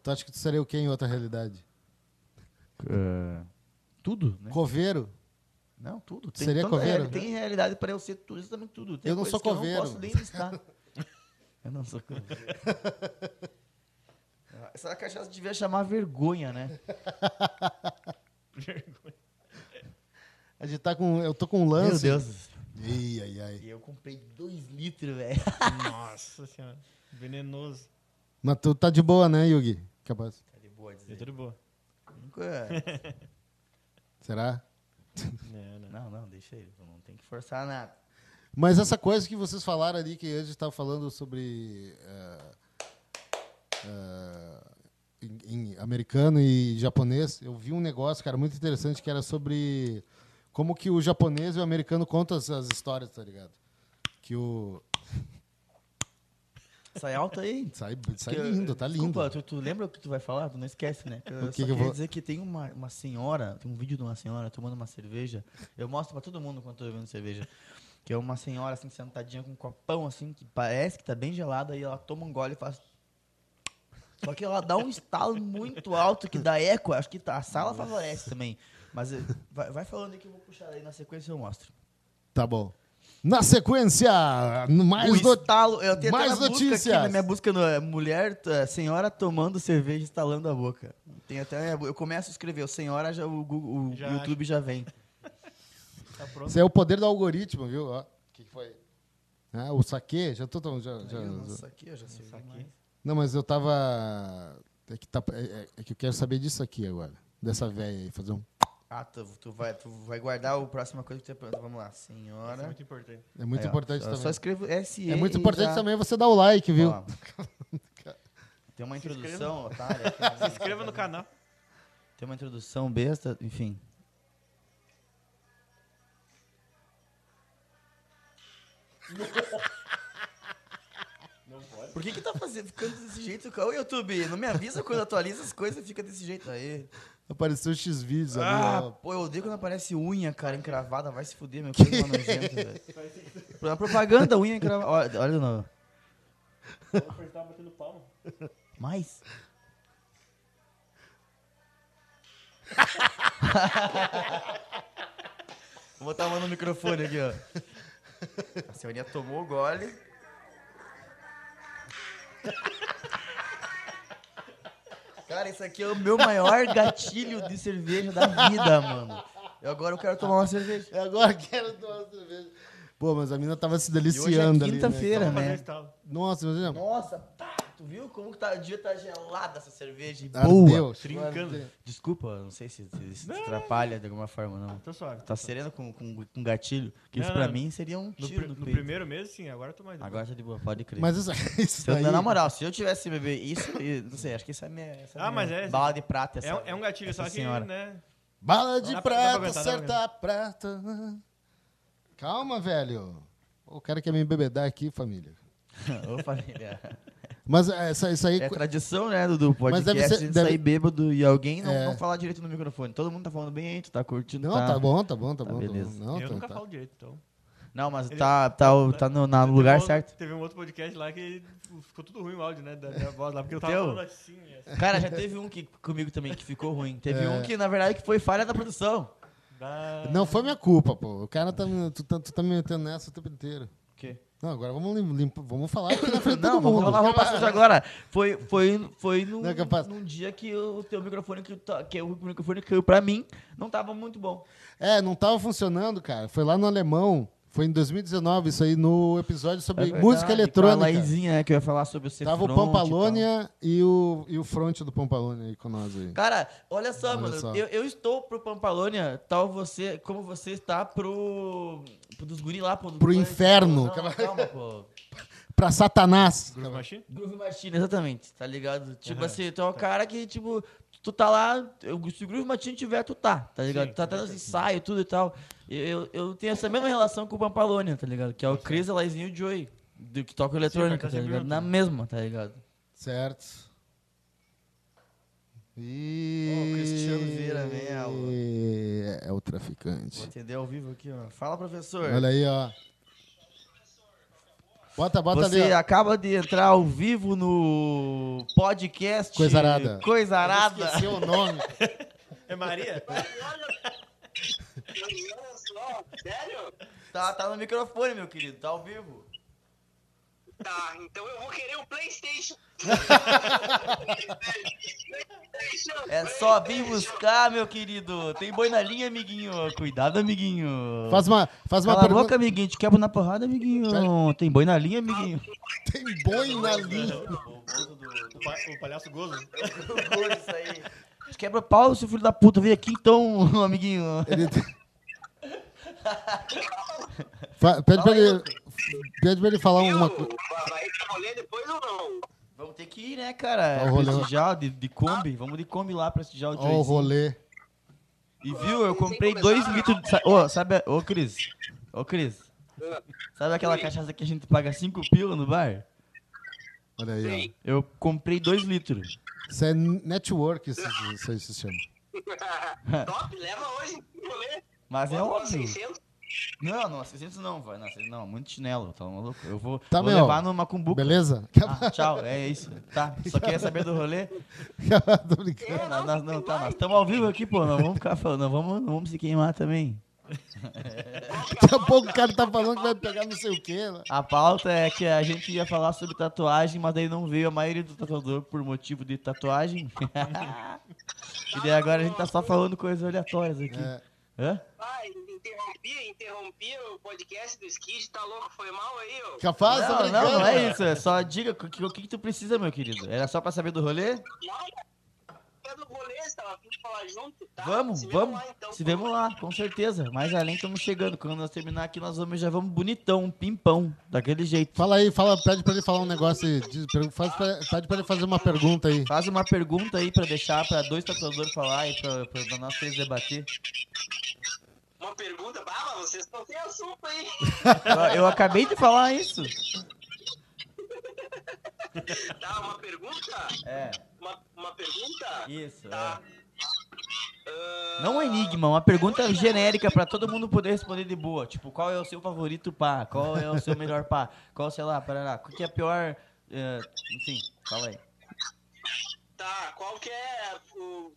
S2: Tu acha que tu seria o quê em outra realidade?
S4: Tudo, né?
S2: Coveiro?
S4: Não, tudo.
S2: Seria
S4: tanta
S2: coveiro? né?
S4: reali- Tem realidade para eu ser tudo, isso também tudo. Tem
S2: Eu não
S4: coisas
S2: sou
S4: que Eu
S2: coveiro.
S4: não posso nem
S2: *laughs*
S4: listar. eu não sou coveiro. *laughs* Ah, Essa cachaça devia chamar vergonha, né?
S2: A gente tá com. Eu tô com um lance.
S4: Meu Deus.
S2: Ih, ai, ai.
S4: E eu comprei dois litros, velho.
S3: *laughs* Nossa senhora. Venenoso.
S2: Mas tu tá de boa, né, Yugi? Capaz.
S4: Tá de boa
S3: É
S4: dizer.
S3: tudo boa.
S4: Nunca...
S2: Será?
S3: Não, não. É, né?
S4: Não, não, deixa ele. Não tem que forçar nada.
S2: Mas essa coisa que vocês falaram ali, que a gente estava falando sobre eh, eh, em- em americano e japonês, eu vi um negócio, cara, muito interessante, que era sobre como que o japonês e o americano contam as, as histórias, tá ligado? Que o...
S4: Sai alto aí.
S2: Sai, sai
S4: Que eu-
S2: lindo, tá lindo.
S4: Desculpa, tu, tu lembra o que tu vai falar? Tu não esquece, né? Eu
S2: O
S4: só
S2: que que eu
S4: queria
S2: vou-
S4: dizer que tem uma, uma senhora, tem um vídeo de uma senhora tomando uma cerveja. Eu mostro pra todo mundo quando tô bebendo cerveja. Que é uma senhora, assim, sentadinha com um copão, assim, que parece que tá bem gelada. E ela toma um gole e faz... Só que ela dá um estalo muito alto que dá eco. Acho que tá- a sala favorece também. Mas eh, vai, vai falando aí que eu vou puxar aí na sequência eu mostro.
S2: Tá bom. Na sequência, mais
S4: o
S2: do...
S4: estalo, eu tenho
S2: mais
S4: até na busca aqui,
S2: notícias.
S4: na minha busca no, é, mulher, t- é, senhora tomando cerveja e estalando a boca. Tem até, na minha bu- eu começo a escrever, o senhora, já, o, Google- o
S3: Já
S4: YouTube já vem.
S3: Tá pronto.
S2: Isso é o poder do algoritmo, viu? O que, que foi? Ah, o saque, já tô... tão- Já, já- já-
S4: Nossa, aqui eu já sei
S3: Isso aqui. é
S4: demais.
S2: Não, mas eu tava... É que, tá- é- é- é que eu quero saber disso aqui agora. Dessa velha aí, fazer um...
S4: Ah, tu, tu vai, tu vai guardar a próxima coisa que tu pergunta. Vamos lá, senhora...
S3: Isso é muito importante.
S2: É muito
S4: Aí, ó,
S2: importante
S4: só,
S2: também.
S4: Só escrevo S
S2: É muito importante também você dar o like, viu? *laughs*
S4: Tem uma
S3: Se inscreva.
S4: introdução, otário. aqui, né? mas-
S3: Se inscreva no canal.
S4: Tem uma introdução besta, enfim. Por que que tá fazendo, ficando desse jeito? Ô, é YouTube, não me avisa quando atualiza as coisas e fica desse jeito aí.
S2: Apareceu X vídeos ali,
S4: Ah,
S2: ó.
S4: pô, eu odeio quando aparece unha, cara, encravada. Vai se fuder, meu. Que coisa mais nojenta, velho. Pro- Propaganda, unha encravada. Olha, olha de novo.
S3: Ele tava batendo palma.
S4: Mais? *laughs* Vou botar a mão no microfone aqui, ó. A senhorinha tomou o gole. Cara, isso aqui é o meu maior gatilho de cerveja da vida, mano. Eu agora eu quero tomar uma cerveja.
S2: Eu Agora *laughs* quero tomar uma cerveja. Pô, mas a mina tava se
S4: E hoje é
S2: deliciando ali. né?
S4: quinta-feira,
S3: Fazer um
S4: né?
S3: estalo.
S2: Nossa, imagina.
S4: Nossa, pá, tu viu como que tá, devia estar gelada essa cerveja? e
S2: Ardeu,
S4: Boa.
S2: chegou a
S3: Trincando.
S2: arder.
S4: Desculpa, não sei se, se, se atrapalha de alguma forma, não.
S3: Tá suave.
S4: Tá sereno com, com, com gatilho. Que isso
S3: Não,
S4: pra
S3: não.
S4: mim seria um
S3: No,
S4: tiro
S3: pri-
S4: no,
S3: no
S4: peito.
S3: primeiro mês, sim. Agora eu tô mais.
S4: Agora tá de boa, pode crer.
S2: Mas isso, *laughs* isso
S4: Se eu-
S2: daí...
S4: na moral, se eu tivesse bebê isso, e- não sei, acho que essa é minha, essa
S3: Ah,
S4: minha
S3: mas é-
S4: bala de prata. Essa,
S3: É, um- é um gatilho,
S4: essa
S3: só que,
S4: senhora. *laughs*
S3: né?
S2: Bala de
S3: Dá pra- dá pra
S2: prata,
S3: aguentar, dá pra
S2: acerta a prata. Calma, velho. O cara quer me embebedar aqui, família.
S4: Ô, família.
S2: *laughs* Mas essa, isso aí...
S4: É tradição, né, do, do
S2: Mas
S4: podcast,
S2: deve
S4: deve
S2: ser- deve-
S4: sair bêbado e alguém não,
S2: É.
S4: não falar direito no microfone. Todo mundo tá falando bem aí, tu tá curtindo.
S2: Não, tá, bom, tá bom, tá,
S4: Tá,
S2: bom. tá bom.
S4: beleza.
S2: Não,
S3: eu
S2: tá-
S3: nunca
S2: tá.
S3: falo direito, então.
S4: Não, mas
S3: Ele-
S4: tá, tá, tá no, na- no lugar
S3: Teve um- *laughs*
S4: certo.
S3: Teve um outro podcast lá que ficou tudo ruim o áudio, né? Da minha voz lá, porque eu tava
S4: Teu?
S3: falando assim. assim.
S4: Cara, já teve um que, comigo também que ficou ruim. Teve
S2: É.
S4: um que, na verdade, que foi falha da produção.
S3: Da-
S2: Não foi minha culpa, pô. O cara tá, me- tu, tá, tu tá me metendo nessa o tempo inteiro.
S4: O quê?
S2: Não, agora vamos lim- limpar, vamos falar aqui na frente de
S4: *laughs* Não,
S2: todo
S4: vamos
S2: mundo.
S4: falar, vamos passar isso agora. Foi, foi, foi num,
S2: Não é capaz.
S4: num dia que o teu microfone que, tá- que o microfone que caiu pra mim não tava muito bom.
S2: É, não tava funcionando, cara. Foi lá no alemão. Foi em 2019 isso aí no episódio sobre música
S4: É Com a
S2: eletrônica.
S4: Laizinha, né, que eu ia falar sobre o Cefront.
S2: Tava o Pampalônia e, o e o front do Pampalônia aí com nós aí.
S4: Cara, olha só,
S2: Olha
S4: mano.
S2: só.
S4: Eu, eu estou pro Pampalônia, tal você, como você está pro, pro dos guri lá. Pro,
S2: Pro inferno.
S4: Não, não, calma, pô.
S2: Pra Satanás.
S3: Groove Machine?
S4: Groove Machine, exatamente, tá ligado? Tipo assim, tu é um cara que, tipo, tu tá lá, eu- se o Groove Machine tiver, tu tá, tá ligado?
S3: Sim,
S4: tu tá até nos ensaios, tudo e tal. Eu, eu tenho essa mesma relação com o Pampalônia, tá ligado? Que é o Cris, a Laizinha e o Joey, do que toca eletrônica,
S3: tá
S4: tá
S3: sempre
S4: ligado?
S3: junto,
S4: Na
S3: né?
S4: mesma, tá ligado?
S2: Certo.
S4: Ó,
S2: E...
S4: o Cristiano Vieira Melo.
S2: É o traficante.
S4: entender ao vivo aqui, ó. Fala, professor.
S2: Olha aí, ó. Bota, bota
S4: Você
S2: ali. ó.
S4: acaba de entrar ao vivo no podcast
S2: Coisarada.
S4: Coisarada.
S2: Esqueceu o nome.
S3: É *laughs* Maria?
S5: Olha só, sério?
S4: Tá, tá no microfone, meu querido, tá ao vivo.
S5: Tá, então eu vou querer um PlayStation. PlayStation.
S4: É só vir buscar, meu querido. Tem boi na linha, amiguinho. Cuidado, amiguinho.
S2: Faz uma, faz uma
S4: Cala a boca,
S2: pergunta.
S4: amiguinho. Te quebra na porrada, amiguinho. Tem boi na linha, *laughs* amiguinho.
S2: Tem boi na linha.
S3: O pa- o palhaço gozo?
S4: *laughs* Te quebra pau, seu filho da puta. Vem aqui então, amiguinho.
S2: Ele tem- Fa- pede, pra
S4: Fala aí,
S2: ele, pede pra ele falar
S5: Viu?
S2: alguma coisa.
S5: Vai ter rolê depois ou não?
S4: Vamos ter que ir, né, cara?
S2: Ó o rolê.
S4: Prestigiar de, de Kombi. Vamos de Kombi lá prestigiar o
S2: Ó, o
S4: Joyzinho.
S2: rolê.
S4: E viu, eu comprei dois litros de. sa- Ô, sabe. a- Ô, Cris. Ô, Cris. Sabe aquela cachaça que a gente paga 5 pila no bar?
S2: Olha aí,
S5: Sim.
S4: Eu comprei dois litros.
S2: ó. Isso é network, isso, isso aí se chama.
S5: Top, leva hoje no rolê.
S4: Mas é
S5: Bota lá
S4: óbvio.
S5: 600.
S4: Não, não, 600 não, vai. Não, 600 não, muito chinelo, tá maluco? Eu vou,
S2: Tá,
S4: vou
S2: meu.
S4: levar numa cumbuca.
S2: Beleza? *laughs* Tá
S4: Ah, tchau, é isso. Tá, só queria saber do rolê.
S2: Tô brincando.
S4: Não, nós, não, tá, nós estamos ao vivo aqui, pô. Não vamos ficar falando, não vamos, não vamos se queimar também.
S2: Daqui a pouco o cara tá falando que vai pegar não sei o quê. né?
S4: A pauta é que a gente ia falar sobre tatuagem, mas daí não veio a maioria do tatuador por motivo de tatuagem. e daí agora a gente tá só falando coisas aleatórias aqui.
S2: É.
S4: Hã?
S5: Vai, interrompi, interrompi o podcast do Skid, tá louco? Foi mal aí, ó.
S2: Capaz, tá
S4: Não,
S2: brincando.
S4: não, não é isso. É só diga o que, o que que tu precisa, meu querido. Era só pra saber do rolê?
S5: Nada. É do rolê, você tava a fim de falar junto, tá?
S4: Vamos,
S5: Se vemos
S4: vamos.
S5: lá, então.
S4: Se vemos lá, com certeza. Mais além estamos chegando. Quando nós terminar aqui, nós vamos já vamos bonitão, um pimpão, daquele jeito.
S2: Fala aí, fala, pede pra ele falar um negócio aí. diz- per- faz pra- pede pra ele fazer uma pergunta aí.
S4: Faz uma pergunta aí pra deixar pra dois tatuadores falar e pra, pra, pra nós três debater.
S5: Uma pergunta, baba, vocês estão sem assunto *laughs* aí.
S4: Eu, eu acabei de falar isso.
S5: Tá, uma pergunta?
S4: É,
S5: Uma, uma pergunta?
S4: isso.
S5: Tá.
S4: é.
S5: Ah,
S4: Não um enigma, uma pergunta genérica pra todo mundo poder responder de boa. Tipo, qual é o seu favorito pá? Qual é o seu melhor pá? Qual, sei lá, parará. Qual que é a pior... eh, enfim, fala aí.
S5: tá, qual que é o...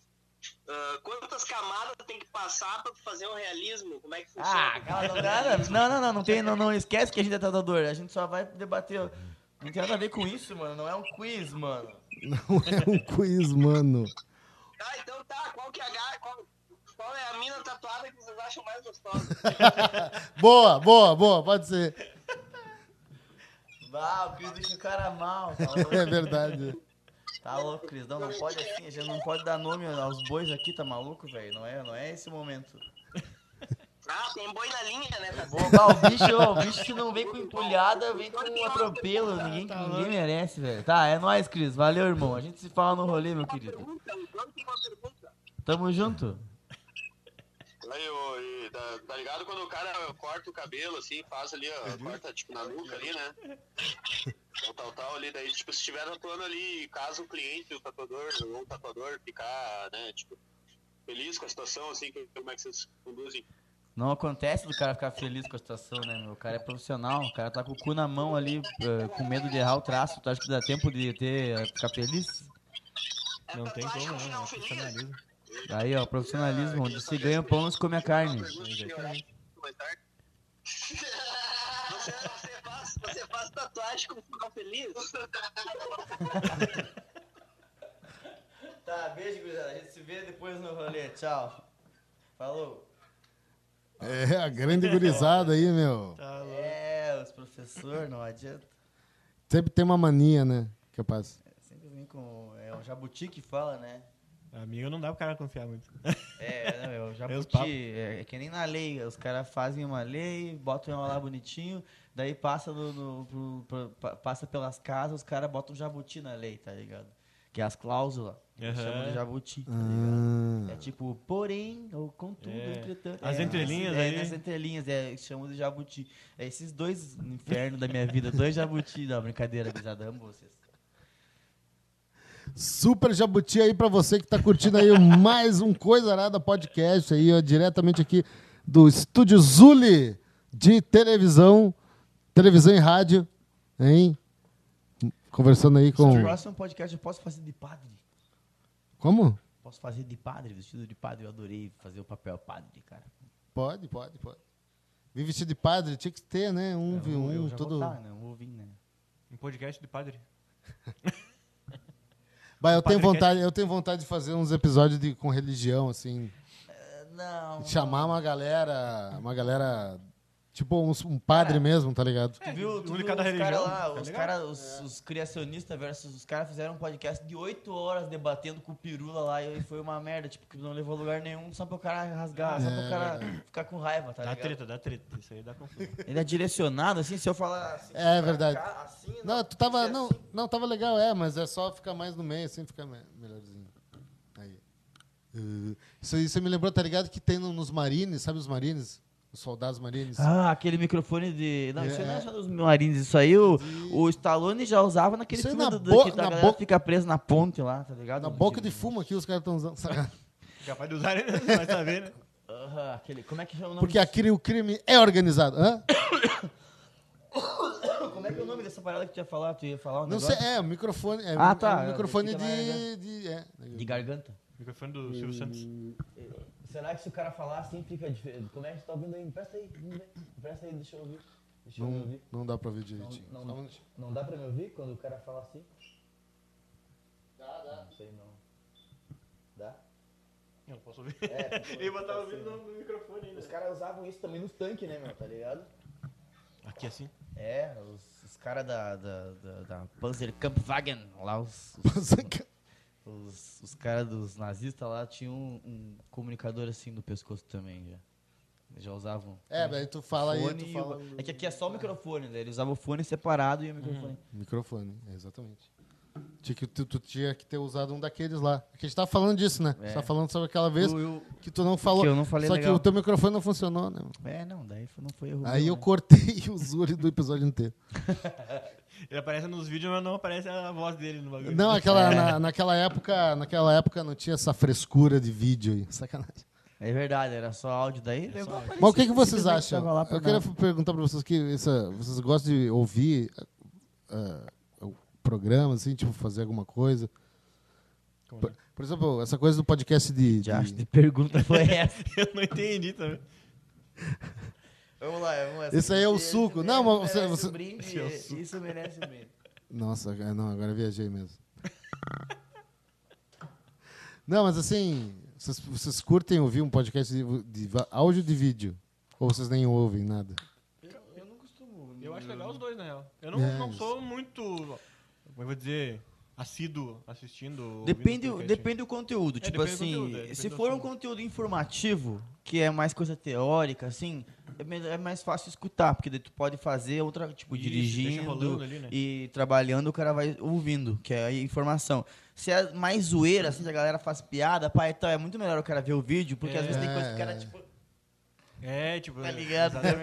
S5: ah, quantas camadas tem que passar pra fazer um realismo? Como é que funciona?
S4: Ah, cala a boca. Não, não, não, não tem, não, não esquece que a gente é tratador. A gente só vai debater. Não tem nada a ver com isso, mano. Não é um quiz, mano.
S2: Não é um quiz, mano.
S5: Tá, então tá, qual que é a... ga- Qual, qual é a mina tatuada que vocês acham mais *laughs* gostosa?
S2: Boa, boa, boa, pode ser.
S4: Ah, o Cris deixa o cara mal. Tá
S2: É *laughs*
S4: louco,
S2: verdade.
S4: tá louco Cris. Não, não pode assim. A gente não pode dar nome aos bois aqui, tá maluco, velho? Não é, não é esse o momento.
S5: Ah, tem boi na linha, né? Tá
S4: Pô, bah, o bicho, o bicho se não vem com empolhada, vem com um atropelo. Ninguém, ninguém merece, velho. Tá, é nóis, Cris. Valeu, irmão. A gente se fala no rolê, meu querido.
S5: pergunta, o dono tem é uma pergunta.
S4: Tamo junto.
S6: Aí, ô, e tá, tá ligado quando o cara corta o cabelo, assim, faz ali, ó, corta, tipo, na nuca ali, né? Tal, tal, tal, ali, daí, tipo, se estiver atuando ali, caso o cliente, o tatuador, ou o tatuador ficar, né, tipo, feliz com a situação, assim, que- como é que vocês conduzem?
S4: Não acontece do cara ficar feliz com a situação, né, meu? O cara é profissional, o cara tá com o cu na mão ali, eh, com medo de errar o traço. Tu acha que dá tempo de ter, eh, ficar feliz?
S5: É
S3: Não tem como,
S5: tatuagem com
S3: né?
S5: final
S3: É
S5: feliz?
S3: profissionalismo.
S4: Aí, ó, profissionalismo, onde se ganha o pão, não se come a carne.
S6: Exatamente. Mais tarde.
S5: Você, você, faz, você faz tatuagem com final feliz?
S4: Tá, beijo, gurizada. A gente se vê depois no rolê. Tchau. Falou.
S2: É a grande gurizada aí, meu.
S3: Tá louco.
S4: É, os professores, não adianta. É
S2: Sempre tem uma mania, né? Capaz.
S4: Sempre vem com... É o jabuti que fala, né?
S3: Amigo não dá pro cara confiar muito.
S4: É, não, eu já
S3: Meus
S4: puti, é, é que nem na lei, os caras fazem uma lei, botam ela lá bonitinho, daí passa, no, no- pro- pro- pa- passa pelas casas, os caras botam um jabuti na lei, tá ligado? Que é as cláusulas, eles
S3: Aham.
S4: chamam de jabuti, tá ligado? É
S2: Ah,
S4: tipo, porém, ou contudo,
S3: É.
S4: entretanto.
S3: As
S4: é,
S3: entrelinhas
S4: é,
S3: aí. né?
S4: Nas entrelinhas, é, chamam de jabuti. É esses dois infernos da minha vida, dois jabuti, não, brincadeira, gurizada, amo vocês.
S2: super jabuti aí pra você que tá curtindo aí mais um Coisa Arada podcast aí, ó, diretamente aqui do Estúdio Zuli de televisão, televisão e rádio, hein? Conversando aí com...
S4: No próximo podcast eu posso fazer de padre.
S2: Como?
S4: Posso fazer de padre, vestido de padre. Eu adorei fazer o papel padre, cara.
S2: Pode, pode, pode. Vim vestido de padre, tinha que ter, né? Um,
S4: É, Eu
S2: v
S4: vou- eu
S2: um,
S4: já
S2: todo...
S4: Vou tá, né? Eu vou vir, né?
S3: Um podcast de padre.
S2: Bah, eu, tenho
S3: Padre
S2: vontade, eu tenho vontade de fazer uns episódios de, com religião, assim.
S4: É, Não.
S2: Chamar uma galera, uma galera Tipo uns- um padre mesmo, tá ligado?
S4: Tu viu,
S3: um
S4: tu
S3: de
S4: viu
S3: cada
S4: os caras
S3: religião,
S4: lá,
S3: tá
S4: os,
S3: ligado?
S4: cara, os, os criacionistas versus os caras fizeram um podcast de 8 horas debatendo com o Pirula lá e foi uma merda, tipo, que não levou a lugar nenhum só pra o cara rasgar, só pra
S2: É,
S4: o cara ficar com raiva, tá
S3: Dá
S4: ligado?
S3: treta, dá treta. Isso aí dá confusão.
S4: Ele é direcionado, assim, se eu falar assim,
S2: É
S4: pra
S2: verdade.
S4: cá, assim,
S2: Não, tu
S4: tem
S2: tava.
S4: que ser
S2: Não,
S4: assim.
S2: não, tava legal, é, mas é só ficar mais no meio, assim, ficar me- melhorzinho. Aí. Uh, Isso aí você me lembrou, tá ligado? Que tem no- nos marines, sabe os marines? Os soldados marines.
S4: Ah, aquele microfone de. Não, isso aí não
S2: É.
S4: é só dos Marines, isso aí o, o Stallone já usava naquele
S2: Isso aí
S4: filme
S2: na
S4: do, do
S2: bo-
S4: que
S2: na
S4: a galera
S2: boca-
S4: fica preso na ponte lá, tá ligado?
S2: Na boca de fumo aqui os caras estão usando. sabe?
S3: *laughs* Capaz de usar, né? Vai saber, né?
S4: Aham, aquele. Como é que é o nome
S2: Porque aqui o crime é organizado. Hã?
S4: Como é que é o nome dessa parada que tu ia falar? Tu ia falar um
S2: Não sei,
S4: negócio?
S2: é, o microfone. É,
S4: Ah,
S2: um-
S4: tá,
S2: é um microfone
S4: fica na
S2: de.
S4: garganta.
S2: de é.
S4: De garganta.
S3: *laughs* Microfone do Silvio Santos.
S4: Será que se o cara falar assim fica diferente? Como é que tu tá ouvindo aí? Presta aí, vamos ver. presta aí, deixa eu ouvir. Deixa eu
S2: Não,
S4: ouvir.
S2: não dá pra ver direitinho.
S4: Não-
S2: Só um
S4: não-
S2: minutinho. *laughs*
S4: Não dá pra me ouvir quando o cara fala assim? Dá, dá. Não sei não. Dá?
S3: Não, posso ouvir. Tá
S4: É,
S3: *laughs* Ele botava o vídeo no, no microfone ainda.
S4: Os caras usavam isso também nos tanques, né, meu? Tá ligado?
S3: Aqui assim?
S4: É, os, os caras da, da, da, da Panzerkampfwagen, lá os, os, os, os caras dos nazistas lá tinham um, um comunicador assim no pescoço também, já. Eles já usavam.
S2: É, daí tu fala aí,
S4: Fone
S2: tu
S4: e
S2: fala.
S4: o- É que aqui é só o microfone, né? Ele usava o fone separado e o microfone.
S2: Microfone, é, exatamente. Tinha que, tu, tu tinha que ter usado um daqueles lá. Porque a gente tava falando disso, né? A gente
S4: É.
S2: tava falando sobre aquela vez
S4: Eu- eu-
S2: que tu não falou.
S4: Que eu não falei
S2: Só
S4: legal.
S2: que o teu microfone não funcionou, né? mano?
S4: É, não, daí foi- não foi erro.
S2: Aí
S4: meu,
S2: eu
S4: né?
S2: cortei *laughs* o Zuri do episódio inteiro.
S3: Ele aparece nos vídeos, mas não aparece a voz dele no bagulho.
S2: Não,
S4: É.
S2: aquela, na, naquela, época, naquela época não tinha essa frescura de vídeo aí. Sacanagem.
S4: É verdade, era só áudio daí. legal, parecia
S2: Mas o que, que vocês
S4: simplesmente
S2: acham?
S4: tava lá pra
S2: Eu queria
S4: dar-
S2: perguntar pra vocês que essa- vocês gostam de ouvir ah, o programa, assim, tipo, fazer alguma coisa.
S3: Como
S2: Por, por exemplo, essa coisa do podcast de.
S4: Já acho
S2: de
S4: que pergunta foi essa.
S3: Eu não entendi também.
S4: Vamos lá, vamos lá.
S2: Esse aí é o suco. Não, mas você-
S4: merece
S2: você-
S4: um brinde,
S3: Esse é o suco.
S4: Isso merece um brinde.
S2: Nossa, é, não, agora viajei mesmo. Não, mas assim, vocês, vocês curtem ouvir um podcast de, de va- áudio e de vídeo? Ou vocês nem ouvem nada?
S4: Eu não costumo.
S3: Eu acho legal os dois, na real. Eu não,
S2: É,
S3: não
S2: isso.
S3: sou muito, como é que eu vou dizer, assíduo assistindo. ouvindo
S4: Depende,
S3: podcast.
S4: depende do conteúdo. tipo
S3: depende do
S4: assim,
S3: conteúdo, é, depende
S4: se
S3: do
S4: for um
S3: assunto.
S4: conteúdo informativo, que é mais coisa teórica, assim, é, me- é mais fácil escutar, porque daí tu pode fazer outra, tipo,
S3: Isso, deixa
S4: dirigindo
S3: rolando ali, né?
S4: e trabalhando, o cara vai ouvindo, que é a informação. Se é mais zoeira, assim, se a galera faz piada, pá, então é muito melhor o cara ver o vídeo, porque às vezes tem coisa que o cara,
S2: É.
S4: tipo,
S3: É, tipo.
S4: tá ligado? Daí o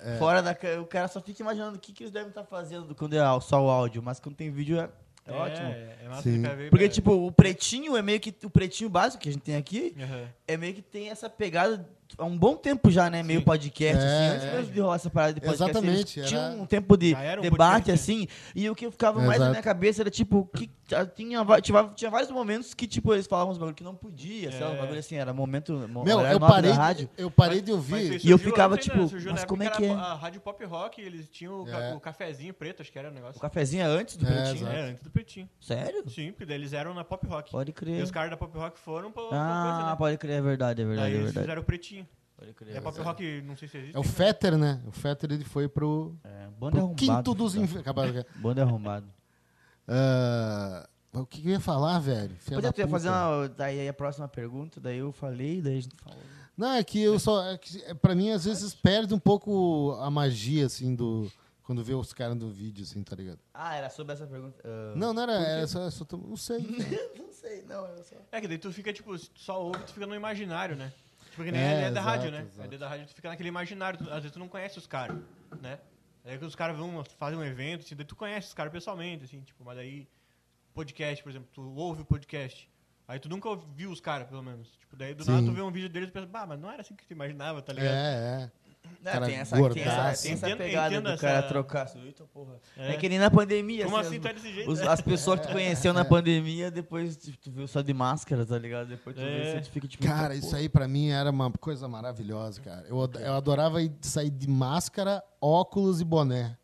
S2: *laughs* É, é.
S4: Fora da. ca- O cara só fica imaginando o que, que eles devem estar fazendo quando é só o áudio, mas quando tem vídeo é, é ótimo.
S3: É, é massa
S2: Sim.
S3: ficar ver-
S4: Porque, tipo, o pretinho é meio que. O pretinho básico que a gente tem aqui
S3: Aham.
S4: é meio que tem essa pegada há um bom tempo já, né? Meio podcast,
S2: É,
S4: assim. Antes
S2: é.
S4: mesmo de rolar essa parada de podcast.
S2: Exatamente,
S4: eles
S2: era-
S4: Tinha um tempo de
S3: Já era um
S4: debate,
S3: podcast, né?
S4: assim. E o que ficava mais
S2: Exato.
S4: na minha cabeça era, tipo, que ah, tinha, va- tinha, va- tinha vários momentos que, tipo, eles falavam uns bagulho que não podia, sei lá, uns
S3: É.
S4: bagulho assim. Era momento. mo-
S2: Meu,
S4: horário
S2: eu
S4: nobre
S2: parei,
S4: da rádio.
S2: de, eu parei de
S3: Mas isso
S2: ouvir.
S4: E eu
S3: surgiu
S4: ficava,
S3: antes, né?
S4: tipo,
S3: Surgiu na
S4: mas
S3: época
S4: como é que
S3: era
S4: é?
S3: A Rádio Pop Rock, eles tinham o, ca-
S2: É.
S3: o cafezinho preto, acho que era o negócio.
S4: O cafezinho é antes do
S2: É,
S4: pretinho.
S2: exato.
S3: É, antes do pretinho.
S4: Sério?
S3: Sim, porque daí eles eram na Pop Rock.
S4: Pode
S3: E
S4: crer.
S3: os caras da Pop Rock foram pra outra coisa,
S4: Ah,
S3: né?
S4: pode crer, é verdade, é verdade,
S3: Daí
S4: é
S3: eles
S4: verdade.
S3: fizeram o pretinho.
S4: Pode crer.
S3: É, a Pop Rock, não sei se existe.
S2: É o Fetter, né? O Fetter ele foi pro,
S4: É, banda
S2: pro
S4: arrombado.
S2: quinto dos.
S4: filho da-
S2: infer- Acabaram-
S4: Banda arrombado.
S2: Ah, o que, que eu ia falar, velho? Filha
S4: Pois é,
S2: da
S4: tu ia
S2: puta.
S4: fazer uma, daí a próxima pergunta, daí eu falei, daí a gente falou.
S2: Não, é que eu só. É que, é, pra mim, às vezes perde um pouco a magia, assim, do. Quando vê os caras do vídeo, assim, tá ligado?
S4: Ah, era sobre essa pergunta. Ah,
S2: Não, não era. era só, só, tô- não
S3: *laughs*
S2: sei.
S4: não sei, não, eu só.
S3: É que daí tu fica, tipo, se tu só ouve, tu fica no imaginário, né? Tipo, que nem
S2: É,
S3: a ideia da
S2: exato,
S3: rádio, né?
S2: exato.
S3: A ideia da rádio, tu fica naquele imaginário. tu- às vezes tu não conhece os caras, né? Aí que os caras vão fazer um evento, assim, daí tu conhece os caras pessoalmente, assim, tipo, mas daí podcast, por exemplo, tu ouve o podcast. Aí tu nunca ouviu os caras, pelo menos. Tipo, daí do nada
S2: Sim.
S3: tu vê um vídeo deles e pensa, bah, mas não era assim que tu imaginava, tá ligado?
S2: É, é. Cara
S4: tem essa, tem essa,
S2: gordaço.
S4: tem essa
S3: Entendo-
S4: pegada
S3: entendo
S4: do cara
S3: essa-
S4: trocar. Eita, porra. É.
S3: É.
S4: que nem na pandemia. É.
S3: Como assim
S4: as-
S3: tá desse jeito?
S4: os- as pessoas que tu conheceu *laughs* na pandemia, depois tipo, tu, tu viu só de máscara, tá ligado? Depois tu vê
S3: É.
S4: assim, tu fica tipo.
S2: Cara, isso aí pra mim era uma coisa maravilhosa, cara. Eu, ad- eu adorava ir- sair de máscara, óculos e boné.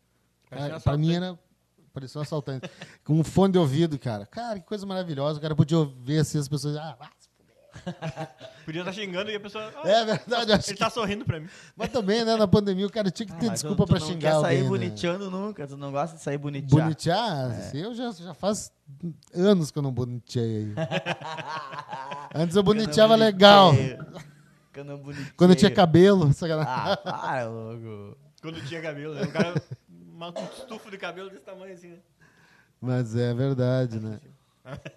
S3: Parecia
S2: Cara,
S3: um
S2: pra mim
S3: assaltante.
S2: era. Parecia um assaltante. Com um fone de ouvido, cara. Cara, que coisa maravilhosa. O cara podia ver assim as pessoas. Ah, vai se fuder.
S3: Podia estar xingando e a pessoa. "Ah,
S2: É verdade, acho
S3: Ele
S2: que-
S3: tá sorrindo pra mim.
S2: Mas também, né, na pandemia, o cara tinha que ter
S4: Ah, Mas tu-
S2: desculpa
S4: tu
S2: pra
S4: não
S2: xingar
S4: quer
S2: alguém.
S4: sair
S2: né?
S4: boniteando nunca, tu não gosta de sair bonitear. É.
S2: Bonitear? assim, Eu já, já faz anos que eu não boniteei. Antes eu boniteava legal.
S4: Quando eu boniteio.
S2: Quando eu tinha cabelo, sacanagem.
S4: Ah, para, logo.
S3: Quando tinha cabelo, né? O cara. Uma um estufo de cabelo desse tamanho assim, né?
S2: Mas é verdade, né?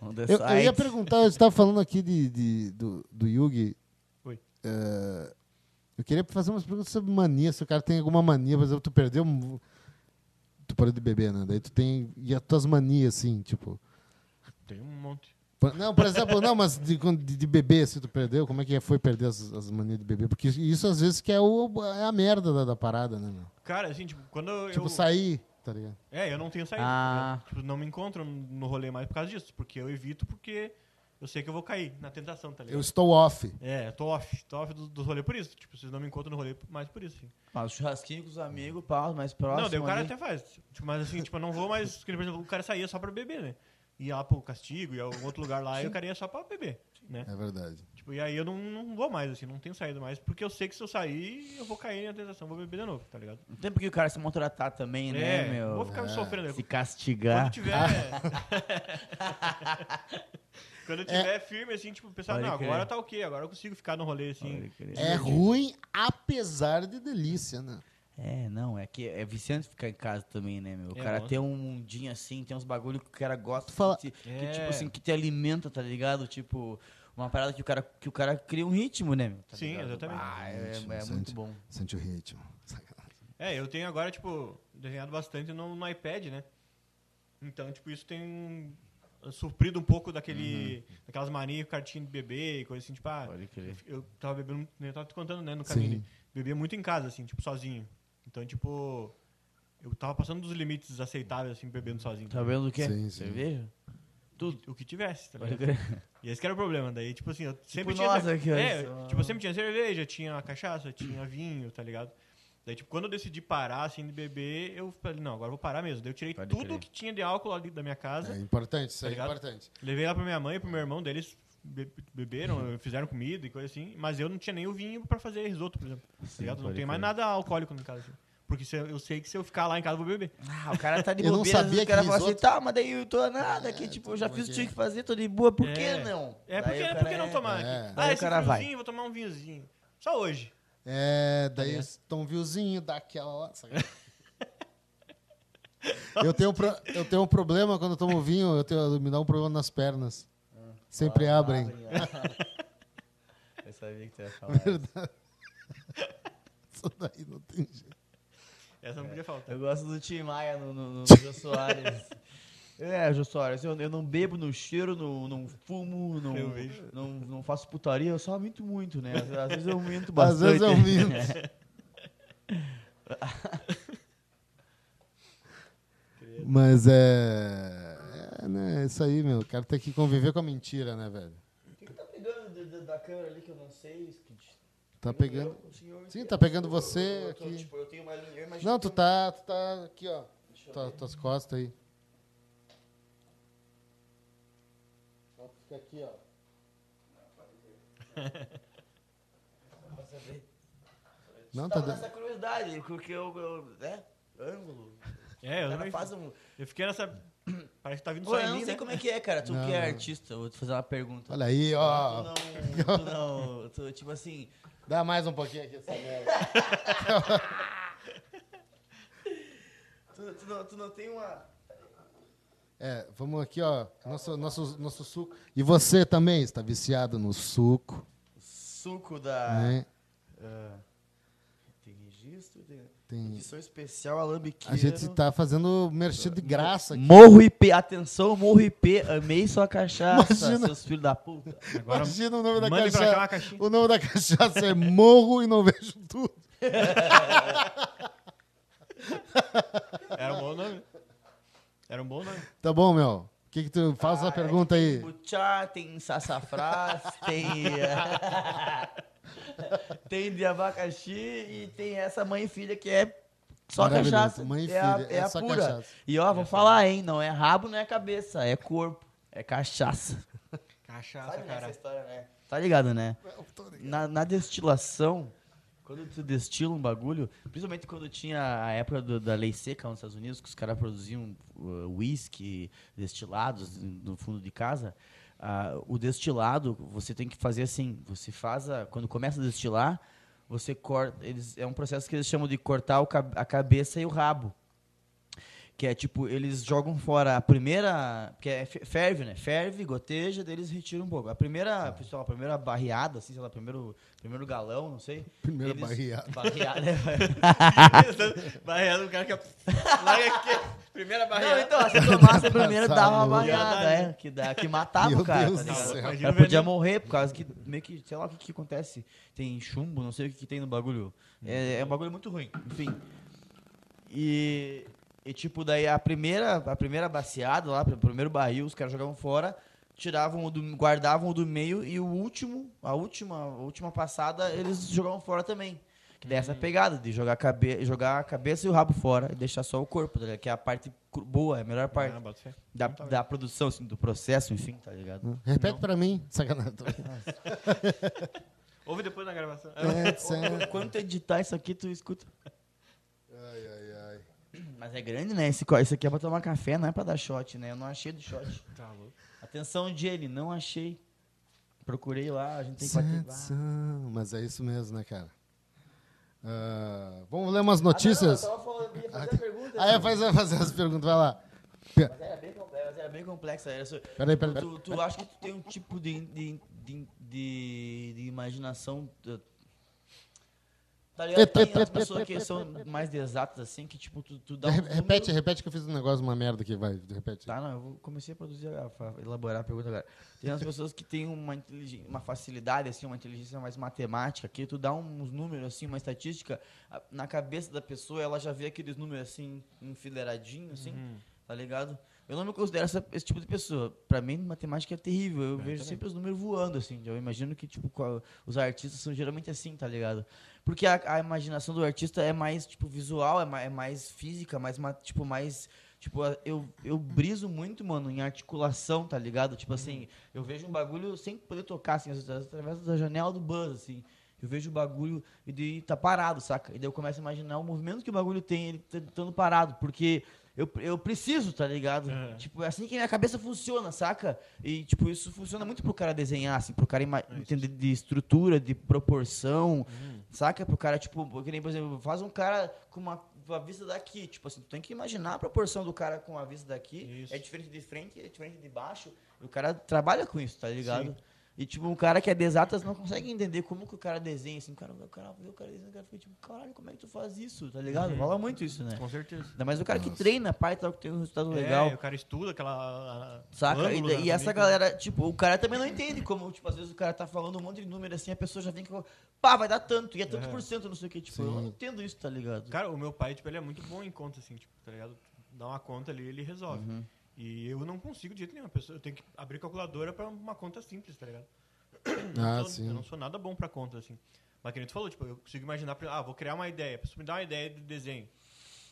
S4: On the
S2: Eu, eu ia
S4: side.
S2: perguntar, eu estava falando aqui de, de- do, do Yugi.
S3: Oi.
S2: Eh, eu queria fazer umas perguntas sobre mania. Se o cara tem alguma mania, por exemplo, tu perdeu. um- Tu parou de beber, né? Daí tu tem. E as tuas manias, assim, tipo.
S3: Tem um monte.
S2: Por- Não, por exemplo, não, mas de, quando- de, de beber, se tu perdeu, como é que foi perder as, as manias de beber? Porque isso às vezes que é, o, é a merda da, da parada, né? meu?
S3: Cara, assim, tipo, quando eu.
S2: Tipo, sair, tá ligado?
S3: É, eu não tenho saída.
S4: Ah.
S3: Tipo, não me encontro no rolê mais por causa disso. Porque eu evito porque eu sei que eu vou cair na tentação, tá
S2: Eu
S3: ligado?
S2: estou off.
S3: É, tô off. Tô off dos do rolês por isso. Tipo, vocês não me encontram no rolê mais por isso, assim.
S4: Mas o churrasquinho com os amigos, pau, mais próximo.
S3: não, daí o cara
S4: ali.
S3: até faz. Tipo, mas assim, tipo, eu não vou mais. que nem, Por exemplo, o cara saía só pra beber, né? Ia lá pro castigo, ia em outro lugar lá, e o cara ia só pra beber, né?
S2: É verdade.
S3: Tipo, e aí eu não, não vou mais, assim, não tenho saído mais, porque eu sei que se eu sair, eu vou cair na tentação, vou beber de novo, tá ligado?
S4: Não tem porque o cara se maltratar também, né, meu?
S3: É, Vou ficar me sofrendo.
S4: Se
S3: Quando
S4: castigar.
S3: tiver. *laughs* Quando eu tiver firme, assim, tipo, pensar,
S4: Pode
S3: não,
S4: crer.
S3: agora tá ok, agora eu consigo ficar no rolê, assim.
S4: Pode crer.
S2: É ruim, apesar de delícia, né?
S4: É, não, é que é viciante ficar em casa também, né, meu? O
S3: É,
S4: cara
S3: mano.
S4: tem um mundinho assim, tem uns bagulho que o cara gosta,
S2: Fala-
S4: que, te- que,
S3: É.
S4: tipo assim, que te alimenta, tá ligado? Tipo, uma parada que o cara, que o cara cria um ritmo, né, meu? Tá
S3: Sim,
S4: ligado?
S3: exatamente.
S4: Ah, é, é- é
S2: Ritmo,
S4: muito
S2: sente.
S4: bom.
S2: Sente o ritmo. Sacanagem.
S3: É, eu tenho agora, tipo, desenhado bastante no, no iPad, né? Então, tipo, isso tem suprido um pouco daquele, daquelas manias, cartinha de bebê e coisa assim, tipo, ah,
S4: Uhum. Pode crer.
S3: eu tava bebendo, eu tava te contando, né, no
S2: Sim.
S3: caminho, bebia muito em casa, assim, tipo, sozinho. Então, tipo, eu tava passando dos limites aceitáveis, assim, bebendo sozinho.
S4: Tá vendo o quê?
S2: Sim, sim.
S4: Cerveja? Tudo.
S3: O que tivesse, tá
S4: Pode
S3: ligado?
S4: crer.
S3: E esse que era o problema. Daí, tipo assim, eu sempre
S4: nós
S3: tinha.
S4: aqui, ó,
S3: é,
S4: isso.
S3: tipo, eu sempre tinha cerveja, tinha cachaça, tinha vinho, tá ligado? Daí, tipo, quando eu decidi parar, assim, de beber, eu falei, não, agora eu vou parar mesmo. Daí eu tirei
S4: Pode
S3: tudo
S4: crer.
S3: que tinha de álcool ali da minha casa,
S2: É importante, isso
S3: Tá
S2: é
S3: ligado?
S2: importante.
S3: levei lá pra minha mãe e pro meu irmão, daí eles be-
S4: *laughs*
S3: beberam, fizeram comida e coisa assim, mas eu não tinha nem o vinho pra fazer risoto, por exemplo. tá ligado? Não
S4: pode
S3: tem mais
S4: crer.
S3: nada alcoólico no caso. Assim. Porque se eu, eu sei que se eu ficar lá em casa, eu vou beber.
S4: Ah, o cara tá de
S2: Eu não
S4: bobeira, às
S2: sabia
S4: vezes o cara
S2: que
S4: fala assim,
S2: risoto-
S4: tá, mas daí eu tô nada, que tipo, eu já
S2: bom
S4: fiz o que
S2: dia.
S4: tinha que fazer, tô de boa, por
S3: tá É.
S4: que não?
S3: É,
S4: Daí
S3: por
S4: o
S3: que-
S4: cara
S3: por que não
S4: é- *laughs*
S2: é.
S3: tomar aqui?
S4: Daí
S3: Ah,
S4: o
S3: esse
S4: cara vai.
S3: friozinho, vou tomar um vinhozinho. Só hoje.
S2: É, daí
S3: ligado?
S2: toma um viozinho, dá aquela lá.
S3: *laughs*
S2: sacanagem. eu, tenho, um pro- eu tenho um problema quando eu tomo vinho, eu tenho, me dá um problema nas pernas. Sempre
S4: Ah,
S2: abrem. *laughs*
S4: ó. Eu sabia que tu ia falar. isso.
S2: Isso daí não tem jeito.
S3: Essa
S4: É.
S3: não podia faltar.
S4: Eu gosto do Tim Maia no, no,
S2: *laughs*
S4: no Jô Soares. É, Jô Soares, eu, eu não bebo, não cheiro, não, não fumo, não,
S3: Eu vejo.
S4: não, não faço putaria, eu só minto muito, né? Às, às vezes eu minto
S2: *laughs* Às
S4: bastante.
S2: vezes eu minto. Mas é. É, né? Isso aí, meu. O cara tem que conviver com a mentira, né, velho?
S4: *laughs* O que, que tá pegando de- de- da câmera ali que eu não sei? Skid?
S2: Tá pegando.
S4: Eu, o senhor-
S2: Sim, tá pegando você
S4: Eu tô,
S2: aqui.
S4: tipo, eu tenho uma linha, eu imagino
S2: Não,
S4: que
S2: tu
S4: tem
S2: tá, tu tá aqui, ó.
S4: Deixa eu
S2: Tua-
S4: ver.
S2: tuas costas aí. Ó, Fica aqui, ó.
S4: um- pra saber.
S2: Não, tá
S4: Tava
S2: dando.
S4: nessa curiosidade, porque eu, eu né? Ângulo.
S3: É, eu
S4: O
S3: também
S4: cara faz um...
S3: Eu fiquei nessa. Parece que tá vindo só
S4: Ué,
S3: em
S4: eu
S3: mim,
S4: não sei
S3: né?
S4: como é que é, cara. Tu
S2: Não,
S4: que é
S2: não.
S4: artista, eu vou te fazer uma pergunta.
S2: Olha aí, ó.
S4: Tu não, tu não, tu, tipo assim,
S2: Dá mais um pouquinho aqui essa merda.
S4: tu, tu não, tu não tem um uma...
S2: É, vamos aqui, ó. Nosso, nosso, nosso suco. E você também está viciado no suco,
S4: suco da.
S2: né?
S4: Ah, tem registro, tem,
S2: Tem-
S4: edição especial alambiqueiro.
S2: A gente tá fazendo merchan de graça aqui.
S4: Morro IP, atenção, Morro IP, amei sua cachaça,
S2: Imagina.
S4: seus filhos da puta.
S2: *laughs*
S3: Agora,
S2: Imagina o nome da
S3: mande pra cá
S2: cachaça.
S3: uma caixinha.
S2: O nome da cachaça é Morro e Não Vejo Tudo.
S3: Era um bom nome. Era um bom nome.
S2: Tá bom, meu. O que que tu... Faz a
S4: Ah,
S2: pergunta
S4: tem
S2: aí.
S4: Butiá, tem sassafrás, *laughs* tem. eh, tem de abacaxi e tem essa mãe e filha que é só
S2: Maravilhoso.
S4: cachaça.
S2: Mãe e
S4: é a-
S2: filha,
S4: é
S2: é
S4: a
S2: só
S4: pura.
S2: cachaça.
S4: E ó, vou falar, hein? Não é rabo, não é cabeça, é corpo, é cachaça.
S3: Cachaça,
S4: Sabe nessa
S3: cara.
S4: história, né? Tá ligado, né? Na, na destilação, quando tu destila um bagulho, principalmente quando tinha a época do- da lei seca nos Estados Unidos, que os caras produziam uh, whisky destilados no fundo de casa, ah, o destilado você tem que fazer assim, você faz a, quando começa a destilar, você corta, eles, é um processo que eles chamam de cortar o cab- a cabeça e o rabo. Que é tipo, eles jogam fora a primeira. Porque é fe- ferve, né? Ferve, goteja, daí eles retiram um pouco. A primeira,
S2: Tá.
S4: pessoal, a primeira barreada, assim, sei lá, primeiro, primeiro galão, não sei.
S2: Primeira
S4: eles-
S2: barreada.
S4: Barreada, né?
S3: *laughs* Barreira, o cara que. Larga aqui. Primeira barreira.
S4: Não, então, se tomasse a
S2: *laughs*
S4: primeira,
S2: Passar
S4: dava uma
S2: louco.
S4: barreada, é. Que, dá, que matava
S2: Meu
S4: o cara.
S2: Deus
S4: tá
S2: do
S4: ligado?
S2: céu.
S4: O
S3: Imagina
S4: cara
S3: o veneno.
S4: podia morrer por causa que meio que, sei lá o que, que acontece. Tem chumbo, não sei o que, que tem no bagulho. É, é um bagulho muito ruim. Enfim. E, e tipo, daí a primeira, a primeira baseada lá, o primeiro barril, os caras jogavam fora, tiravam o do, guardavam o do meio e o último, a última, a última passada, eles jogavam fora também. Que daí é essa pegada de jogar, a cabe, jogar a cabeça e o rabo fora e deixar só o corpo, tá ligado? que é a parte cru- boa, é a melhor parte
S3: Ah, bota fé.
S4: da, da produção, assim, do processo, enfim, tá ligado?
S2: Repete pra mim, sacanagem.
S3: Ouve depois na gravação.
S2: É, certo.
S4: Quando tu editar isso aqui, tu escuta.
S2: ai, ai, ai.
S4: Mas é grande, né? Esse, co- isso aqui é pra tomar café, não é pra dar shot, né? Eu não achei do shot.
S3: Tá louco.
S4: Atenção, Jenny, não achei. Procurei lá, a gente tem que bater. Ah,
S2: Sensação. Mas é isso mesmo, né, cara? Ah, vamos ler umas
S4: não, Ah, não,
S2: notícias?
S4: eu tava falando, ia fazer a pergunta.
S2: Ah, é, faz, faz as perguntas, vai lá.
S4: Mas era bem complexo, mas era bem complexo. Era só-
S2: Peraí, peraí. peraí.
S4: Tu, tu acha que tu tem um tipo de, de, de, de, de imaginação. eh, Tá ligado?
S2: Epa,
S4: Tem
S2: epa,
S4: as
S2: epa,
S4: pessoas
S2: epa,
S4: que
S2: epa,
S4: são mais exatas assim, que tipo, tu, tu dá um.
S2: Re-
S4: número-
S2: Repete, repete que eu fiz um negócio, uma merda aqui, vai, repete.
S4: Tá, não, eu vou- comecei a produzir, a fa- elaborar a pergunta agora. Tem as pessoas que têm uma, inteligen- uma facilidade, assim, uma inteligência mais matemática, que tu dá uns números, assim, uma estatística, a- na cabeça da pessoa ela já vê aqueles números, assim, enfileiradinhos, assim, tá ligado? Eu não me considero essa- esse tipo de pessoa. Pra mim, matemática é terrível. Eu vejo sempre os números voando, assim. Eu imagino que, tipo, qual- os artistas são geralmente assim, tá ligado? Porque a, a imaginação do artista é mais, tipo, visual, é ma- é mais, física, mais, ma- tipo, mais... Tipo, a- eu, eu briso muito, mano, em articulação, tá ligado? Tipo assim, eu vejo um bagulho sem poder tocar, assim, às vezes, através da janela do buzz, assim. Eu vejo o bagulho e daí tá parado, saca? E daí eu começo a imaginar o movimento que o bagulho tem, ele tá- estando parado, porque eu, eu preciso, tá ligado?
S3: Aham.
S4: Tipo, é assim que minha cabeça funciona, saca? E, tipo, isso funciona muito pro cara desenhar, assim, pro cara ima-
S3: É
S4: entender de estrutura, de proporção,
S3: Uhum.
S4: saca? Pro cara, tipo, que nem, por exemplo, faz um cara com uma, com a vista daqui, tipo assim, tu tem que imaginar a proporção do cara com a vista daqui,
S3: Isso.
S4: é diferente de frente, é diferente de baixo, e o cara trabalha com isso, tá ligado? E, tipo, um cara que é desatas não consegue entender como que o cara desenha, assim, o cara, o cara vê o cara desenha, o cara fica tipo, caralho, como é que tu faz isso, tá ligado?
S3: Uhum.
S4: Fala muito isso, né?
S3: Com certeza.
S4: Ainda mais o cara que treina, pai, tal, que tem um resultado legal.
S3: É, o cara estuda aquela. a- o
S4: Saca? E,
S3: ângulo,
S4: daí
S3: né,
S4: essa
S3: também,
S4: galera, tipo, o cara também não entende como, tipo, às vezes o cara tá falando um monte de número assim, a pessoa já vem com, pá, vai dar tanto, e é tanto por cento, não sei o que, tipo, eu não entendo isso, tá ligado?
S3: Cara, o meu pai, tipo, ele é muito bom em conta, assim, tipo, tá ligado? Dá uma conta ali, ele resolve. E eu não consigo de jeito nenhum. a pessoa- Eu tenho que abrir calculadora pra uma conta simples, tá ligado?
S2: Ah,
S3: eu,
S2: sim.
S3: eu não sou nada bom pra conta, assim. Mas que nem tu falou, tipo, eu consigo imaginar, por exemplo, ah, vou criar uma ideia, a pessoa me dá uma ideia de desenho.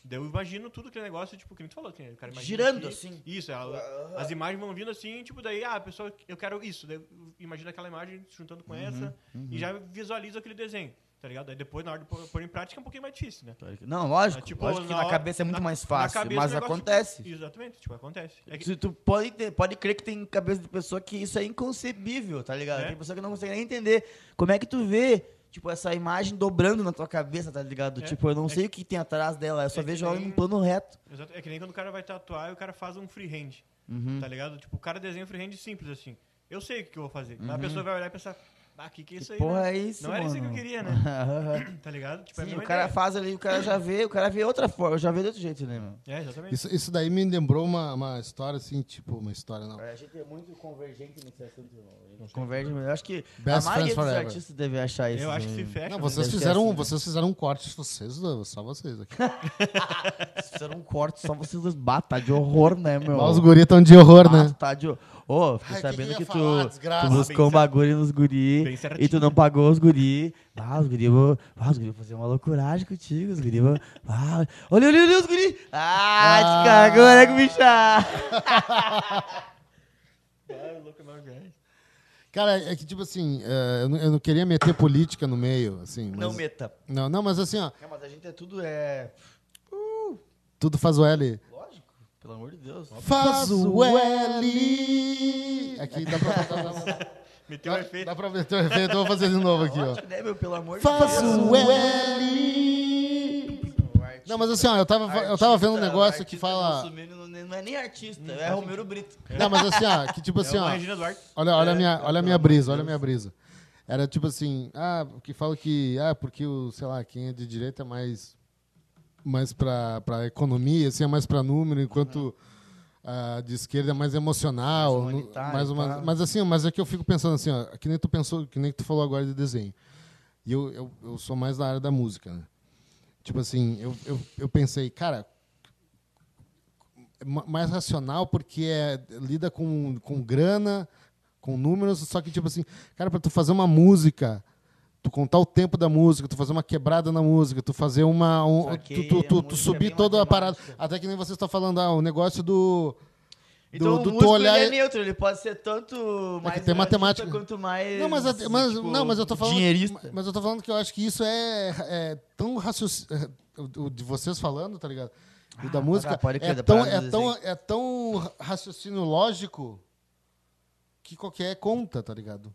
S3: Daí eu imagino tudo aquele negócio, tipo, que nem tu falou, assim, o cara imagina
S4: Girando,
S3: aqui,
S4: assim.
S3: Isso, ela- as imagens vão vindo assim, tipo, daí, ah, a pessoa, eu quero isso. Daí eu imagino aquela imagem se juntando com essa e já visualizo aquele desenho, tá ligado? Aí depois, na hora de pôr pôr em prática, é um pouquinho mais difícil, né?
S4: Tá Não, lógico,
S3: Mas, tipo,
S4: lógico que na,
S3: hora-
S4: cabeça é muito
S3: na-
S4: mais
S3: na
S4: fácil,
S3: cabeça
S4: mas
S3: o negócio,
S4: acontece.
S3: tipo, exatamente, tipo, acontece. É que-
S4: Se tu pode, ter- pode crer que tem cabeça de pessoa que isso é inconcebível, tá ligado?
S3: É.
S4: Tem pessoa que não consegue nem entender. Como é que tu vê, tipo, essa imagem dobrando na tua cabeça, tá ligado?
S3: É.
S4: Tipo, eu não
S3: É
S4: sei o que tem atrás dela, eu só
S3: é que
S4: vejo ela
S3: nem-
S4: em um plano reto.
S3: Exato. É que nem quando o cara vai tatuar e o cara faz um freehand.
S4: Uhum.
S3: Tá ligado? Tipo, o cara desenha um freehand simples assim. Eu sei o que, que eu vou fazer. Mas a pessoa vai olhar e pensar, ah, que que é isso aí?
S4: Uhum. Porra,
S3: né?
S4: é isso,
S3: Não era isso que eu
S4: mano?
S3: queria,
S4: *laughs*
S3: né? tá ligado? Tipo, é a
S4: Sim,
S3: mesma
S4: o cara
S3: ideia.
S4: faz ali, o cara já vê, o cara vê outra forma, já vê de outro jeito, né, meu?
S3: É, exatamente.
S2: Isso, isso daí me lembrou uma, uma história, assim, tipo, uma história, não.
S4: A gente é muito convergente nesse assunto, irmão. é Converge, eu acho que a
S2: Best
S4: maioria
S2: friends
S4: dos
S2: forever.
S4: artistas deve achar isso.
S3: Eu acho que
S4: né?
S3: se fecha.
S2: Não,
S3: né?
S2: vocês
S4: Esquece,
S2: fizeram, um-
S4: né? Tá
S2: vocês fizeram um corte, vocês, dois, só vocês aqui.
S4: Vocês fizeram um corte, só vocês dois batam de horror, né, meu?
S2: Mas os guris tão de horror,
S4: Ah,
S2: né?
S4: tu tá de. Ô, oh, fiquei
S2: Ai, que
S4: sabendo
S2: que eu
S4: que,
S2: ia
S4: tu,
S2: falar, desgraça?
S4: tu buscou
S3: Bem
S4: um bagulho nos
S3: Bem
S4: guri
S3: certinho.
S4: e tu não pagou os guri. Ah, os guri vão. Ah, os guri vão fazer uma loucuragem contigo. Os guri vão. Ah, olha, olha, olha os guri.
S2: Ah.
S4: Ah, te cagou, né, bicha?
S3: é Ah, o louco é maravilhoso.
S2: Cara, é que, tipo assim, é, eu não- eu não queria meter política no meio, assim. Mas,
S4: Não meta.
S2: Não, não, mas assim, ó,
S4: É, mas a gente é tudo é.
S2: tudo faz o L.
S4: Lógico, pelo amor de Deus.
S2: Faz o L. Aqui dá pra, dá, dá,
S3: Meteu um
S2: dá,
S3: efeito.
S2: dá pra meter o efeito, eu vou fazer de novo aqui, ó.
S4: Ótimo, né, meu? Pelo amor de Deus.
S2: Faz o L. Não, mas assim, ó, eu tava, eu tava vendo um negócio que fala.
S4: Não, não é nem artista, é Romero Brito.
S2: Não, mas assim, ó, que
S4: *laughs*
S2: tipo assim,
S3: é uma
S2: ó.
S3: Regina Duarte.
S2: Olha, olha a minha, olha a minha brisa, olha a minha brisa. Era tipo assim, ah, que fala que, ah, porque o, sei lá, quem é de direita é mais mais pra, pra economia, assim, é mais pra número, enquanto a de esquerda é mais emocional,
S4: Mais
S2: nu-
S4: humanitário,
S2: mais uma-
S4: pá.
S2: mas assim, mas é que eu fico pensando assim, ó, que nem tu pensou, que nem tu falou agora de desenho. E eu, eu, eu sou mais da área da música, né? Tipo assim, eu, eu, eu pensei, cara, ma- mais racional porque é, lida com, com grana, com números, só que tipo assim, cara, para tu fazer uma música, tu contar o tempo da música, tu fazer uma quebrada na música, tu fazer uma um-
S4: Saquei,
S2: tu, tu,
S4: a
S2: tu- tu
S4: música é
S2: subir
S4: bem
S2: toda a parada,
S4: matemática.
S2: até que nem vocês estão falando, ah, o negócio do do, do
S4: Então, o
S2: tu
S4: músico
S2: olhar
S4: ele é neutro, ele pode ser tanto mais
S2: tem
S4: artista
S2: matemática.
S4: quanto mais
S2: Não, mas, a- mas-
S4: tipo,
S2: não, mas eu tô falando.
S4: dinheirista.
S2: Mas eu tô falando que eu acho que isso é, é tão raciocínio. O o de vocês falando, tá ligado? E da música.
S4: tá, pode crer,
S2: é,
S4: da
S2: tão,
S4: parada
S2: é,
S4: do
S2: tão, é tão ra- raciocínio lógico que qualquer conta, tá ligado?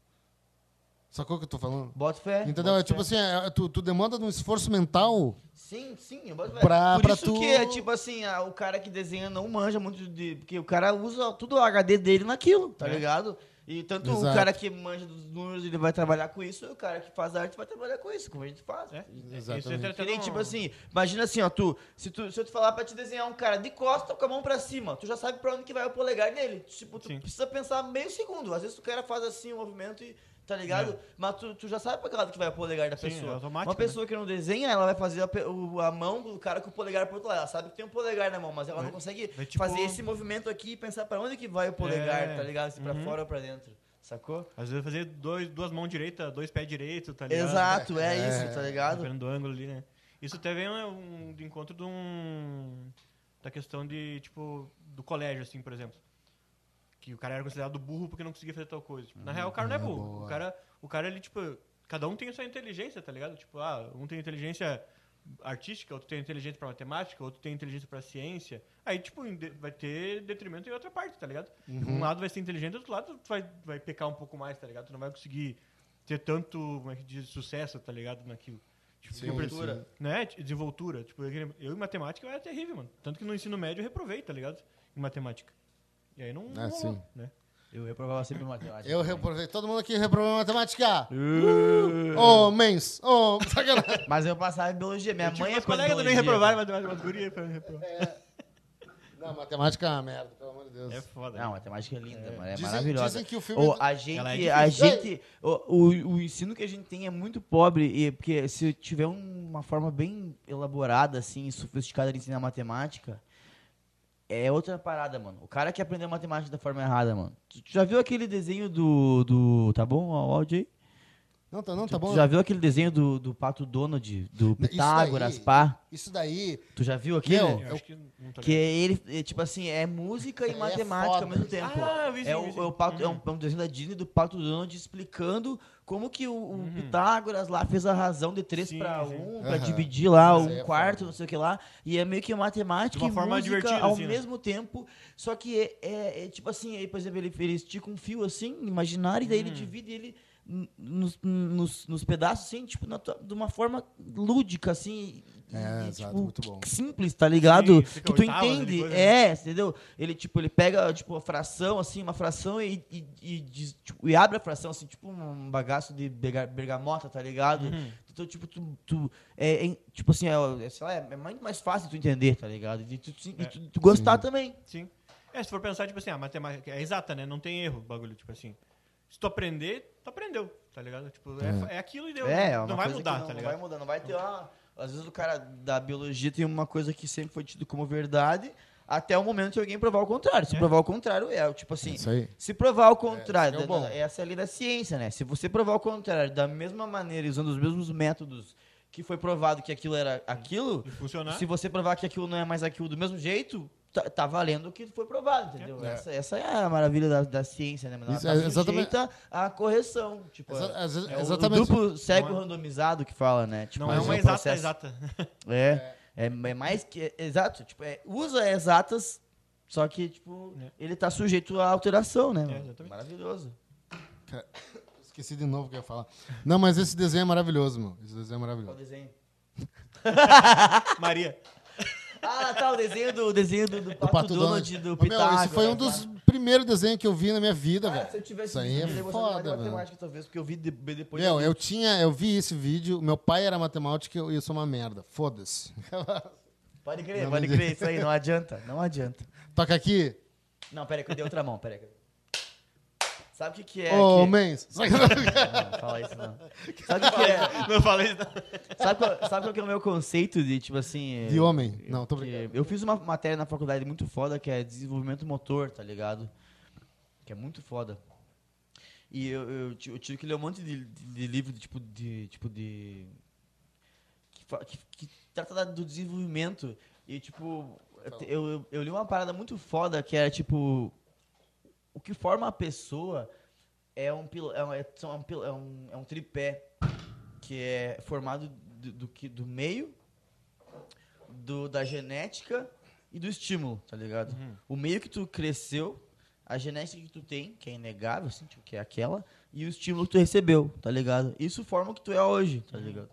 S2: Sacou o que eu tô falando?
S4: Bota fé.
S2: Entendeu?
S4: bota
S2: É tipo
S4: fé.
S2: assim, é- é- tu, tu demanda um esforço mental.
S4: Sim, sim, eu boto fé.
S2: Pra-
S4: Por
S2: pra
S4: isso
S2: tu-
S4: que é tipo assim, ah, o cara que desenha não manja muito de. Porque o cara usa tudo o HD dele naquilo, tá ligado? E tanto o
S2: É. Exato.
S4: cara que manja dos números, ele vai trabalhar com isso, e o cara que faz arte vai trabalhar com isso, como a gente faz.
S3: É. Isso
S2: Exatamente.
S3: entra até
S4: Que nem,
S3: no-
S4: tipo assim, imagina assim, ó, tu se, tu, se eu te falar pra te desenhar um cara de costa com a mão pra cima, tu já sabe pra onde que vai o polegar dele. Tipo, tu
S3: Sim.
S4: precisa pensar meio segundo. Às vezes o cara faz assim o movimento e, tá ligado? Mas tu, tu já sabe pra que lado que vai o polegar da
S3: É. Sim,
S4: pessoa.
S3: é automático,
S4: Uma pessoa que não desenha, ela vai fazer a, pe- o- a mão do cara com o polegar pro outro lado. Ela sabe que tem um polegar na mão, mas ela não consegue
S3: é tipo-
S4: fazer esse movimento aqui e pensar pra onde que vai o polegar,
S3: É.
S4: tá ligado? Se pra
S3: Uhum.
S4: fora ou pra dentro. Sacou?
S3: Às vezes fazer dois, duas mãos direitas, dois pés direitos, tá ligado?
S4: Exato, é, isso, tá ligado?
S3: Dependendo do ângulo ali, né? Isso até vem né, um, do encontro de um. da questão de, tipo, do colégio, assim, por exemplo. Que o cara era considerado burro porque não conseguia fazer tal coisa. Tipo, na real, o cara não é burro. O cara, o cara, ele, tipo, cada um tem a sua inteligência, tá ligado? Tipo, ah, um tem inteligência artística, outro tem inteligência pra matemática, outro tem inteligência pra ciência. Aí, tipo, em de- vai ter detrimento em outra parte, tá ligado?
S2: Uhum.
S3: Um lado vai ser inteligente, do outro lado tu vai, vai pecar um pouco mais, tá ligado? Tu não vai conseguir ter tanto, como é que diz, sucesso, tá ligado, naquilo. Tipo,
S2: Sim,
S3: desenvoltura.
S2: sim.
S3: Né? T- Desenvoltura. Tipo, eu eu em matemática eu era terrível, mano. Tanto que no ensino médio eu reprovei, tá ligado? Em matemática. E aí não,
S2: Ah,
S3: não
S2: sim.
S3: né?
S4: Eu reprovava sempre matemática.
S2: Eu reprovei. Todo mundo aqui reprovou matemática.
S3: Uh!
S4: É.
S2: Homens. *laughs* Oh, sacanagem.
S4: Mas eu passava em biologia. Minha mãe é
S3: Os colegas também
S4: biologia,
S3: reprovaram, mas mas um guria pra reprovar.
S2: Não, matemática é uma merda, pelo amor de Deus.
S3: É foda.
S4: Não, a matemática é linda, mano. É
S2: Dizem-
S4: maravilhosa.
S2: dizem que o filme
S4: Ô,
S2: do-
S4: a gente,
S3: Ela é
S4: a
S2: difícil.
S4: gente, o, o, o ensino que a gente tem é muito pobre e porque se tiver um- uma forma bem elaborada assim, sofisticada de ensinar matemática, é outra parada, mano. O cara que aprendeu matemática da forma errada, mano. Tu, tu já viu aquele desenho do, do tá bom o áudio aí?
S2: Não, tá, não, tá bom.
S4: Tu tipo, já viu aquele desenho do, do pato Donald, do
S2: daí-
S4: Pitágoras, pá?
S2: Isso daí
S4: Tu já viu aquele?
S2: Meu,
S3: Eu acho que não tá
S4: é Que ele, é, tipo assim, é música e
S2: *laughs* É
S4: matemática
S2: foda.
S4: ao mesmo tempo.
S3: Ah, eu vi sim,
S4: é,
S3: eu
S4: o,
S3: vi sim. Uhum.
S4: é o pato, é um- é um desenho da Disney do Pato Donald explicando como que o, o Pitágoras lá fez a razão de 3
S3: Uhum. Sim,
S4: para
S3: sim.
S4: 1, para
S2: Aham.
S4: dividir lá
S2: Isso
S4: um
S2: aí é
S4: quarto,
S2: foda.
S4: não sei o que lá. E é meio que matemática
S3: De uma
S4: e
S3: forma
S4: música
S3: divertida,
S4: ao
S3: assim, né?
S4: mesmo tempo. Só que é, é- é tipo assim, aí, por exemplo, ele, ele estica um fio assim, imaginário, e daí
S3: Uhum.
S4: ele divide ele n- nos, nos, nos pedaços, assim, tipo, na tua- de uma forma lúdica, assim. e-
S2: É,
S4: e,
S2: exato,
S4: tipo,
S2: muito bom.
S4: simples, tá ligado?
S3: fica né,
S4: que tu
S3: oitavas, ele
S4: entende.
S3: coisa,
S4: É, entendeu? Ele, tipo, ele pega, tipo, a fração, assim, uma fração e, e, e diz- tipo, e abre a fração, assim, tipo um bagaço de berga- bergamota, tá ligado?
S3: Uhum.
S4: Então, tipo, tu... tu- é, é, tipo assim, é, é, sei lá, é, é muito mais fácil tu entender, tá ligado? E tu,
S3: É.
S4: tu- e tu- tu gostar também.
S3: Sim. É, se for pensar, tipo assim, a matemática é exata, né? Não tem erro o bagulho, tipo assim. Se tu aprender, tu aprendeu, tá ligado? Tipo, é, fa- é aquilo e deu.
S4: uma
S3: não vai
S4: coisa que
S3: mudar,
S4: não,
S3: tá
S4: não
S3: ligado?
S4: vai mudar, não vai ter uma... Às vezes o cara da biologia tem uma coisa que sempre foi tido como verdade... Até o momento de alguém provar o contrário. Se
S3: É.
S4: provar o contrário, é tipo assim.
S2: Isso aí.
S4: Se provar o contrário,
S2: É, isso que é o bom.
S4: da- essa é a lei da ciência, né? Se você provar o contrário da mesma maneira, e usando os mesmos métodos que foi provado que aquilo era aquilo,
S3: E funcionar.
S4: se você provar que aquilo não é mais aquilo do mesmo jeito, tá, tá valendo o que foi provado, entendeu? Essa, essa é a maravilha da, da ciência, né? Mas ela
S2: Isso,
S4: tá
S2: é exatamente-
S4: sujeita à correção. Tipo,
S2: Exa-
S4: é-
S2: exa-
S4: é o-
S2: exatamente.
S4: O duplo cego
S3: Não é-
S4: randomizado que fala, né? Tipo,
S3: Não é
S4: um
S3: uma exata,
S4: processo-
S3: exata. *laughs*
S4: É, é, é mais que. é exato, tipo, é, usa exatas, só que, tipo,
S3: É.
S4: ele tá sujeito à alteração, né? mano?
S3: exatamente.
S4: Maravilhoso.
S2: Esqueci de novo o que eu ia falar. Não, mas esse desenho é maravilhoso, meu. Esse desenho é
S4: Qual
S2: maravilhoso.
S4: *laughs* desenho?
S3: Maria.
S4: Ah, tá, o desenho do, o desenho do, do,
S2: Do
S4: Pato, Donald, do
S2: Ô, meu,
S4: Pitágoras. né?
S2: esse foi um
S4: lá.
S2: dos primeiros desenhos que eu vi na minha vida,
S4: Cara,
S2: velho.
S4: Ah, se eu tivesse
S2: Isso aí
S4: visto,
S2: é
S4: eu teria gostado mais de
S2: foda, velho.
S4: matemática, talvez, porque eu vi de- depois.
S2: Meu, eu tinha, eu vi esse vídeo, meu pai era matemático e eu- e eu sou uma merda. Foda-se. *laughs*
S4: Pode crer,
S2: Não,
S4: pode
S2: não
S4: crer, isso aí não adianta, não adianta.
S2: Toca aqui.
S4: Não, peraí, que eu dei outra mão, peraí. que eu- Sabe o que que é?
S2: Ô,
S4: que...
S2: mens.
S4: Não, fala
S2: *laughs*
S4: isso não. Sabe o que que é?
S3: Não falei isso. não.
S4: Sabe qual, sabe qual que é o meu conceito de, tipo assim...
S2: De
S4: é-
S2: homem. Não, tô
S4: que-
S2: brincando.
S4: Eu fiz uma matéria na faculdade muito foda, que é desenvolvimento motor, tá ligado? Que é muito foda. E eu, eu, ti- eu tive que ler um monte de, de, de livro, de, tipo, de... Tipo, de que, fa- que, que trata da- do desenvolvimento. E, tipo, eu, eu, eu li uma parada muito foda, que era, tipo... O que forma a pessoa é um, pil- é um, é são- é um, pil- é um, é um tripé, que é formado do, do, que- do meio, do, da genética e do estímulo, tá ligado? O meio que tu cresceu, a genética que tu tem, que é inegável, assim, tipo, que é aquela, e o estímulo que tu recebeu, tá ligado? Isso forma o que tu é hoje, tá ligado?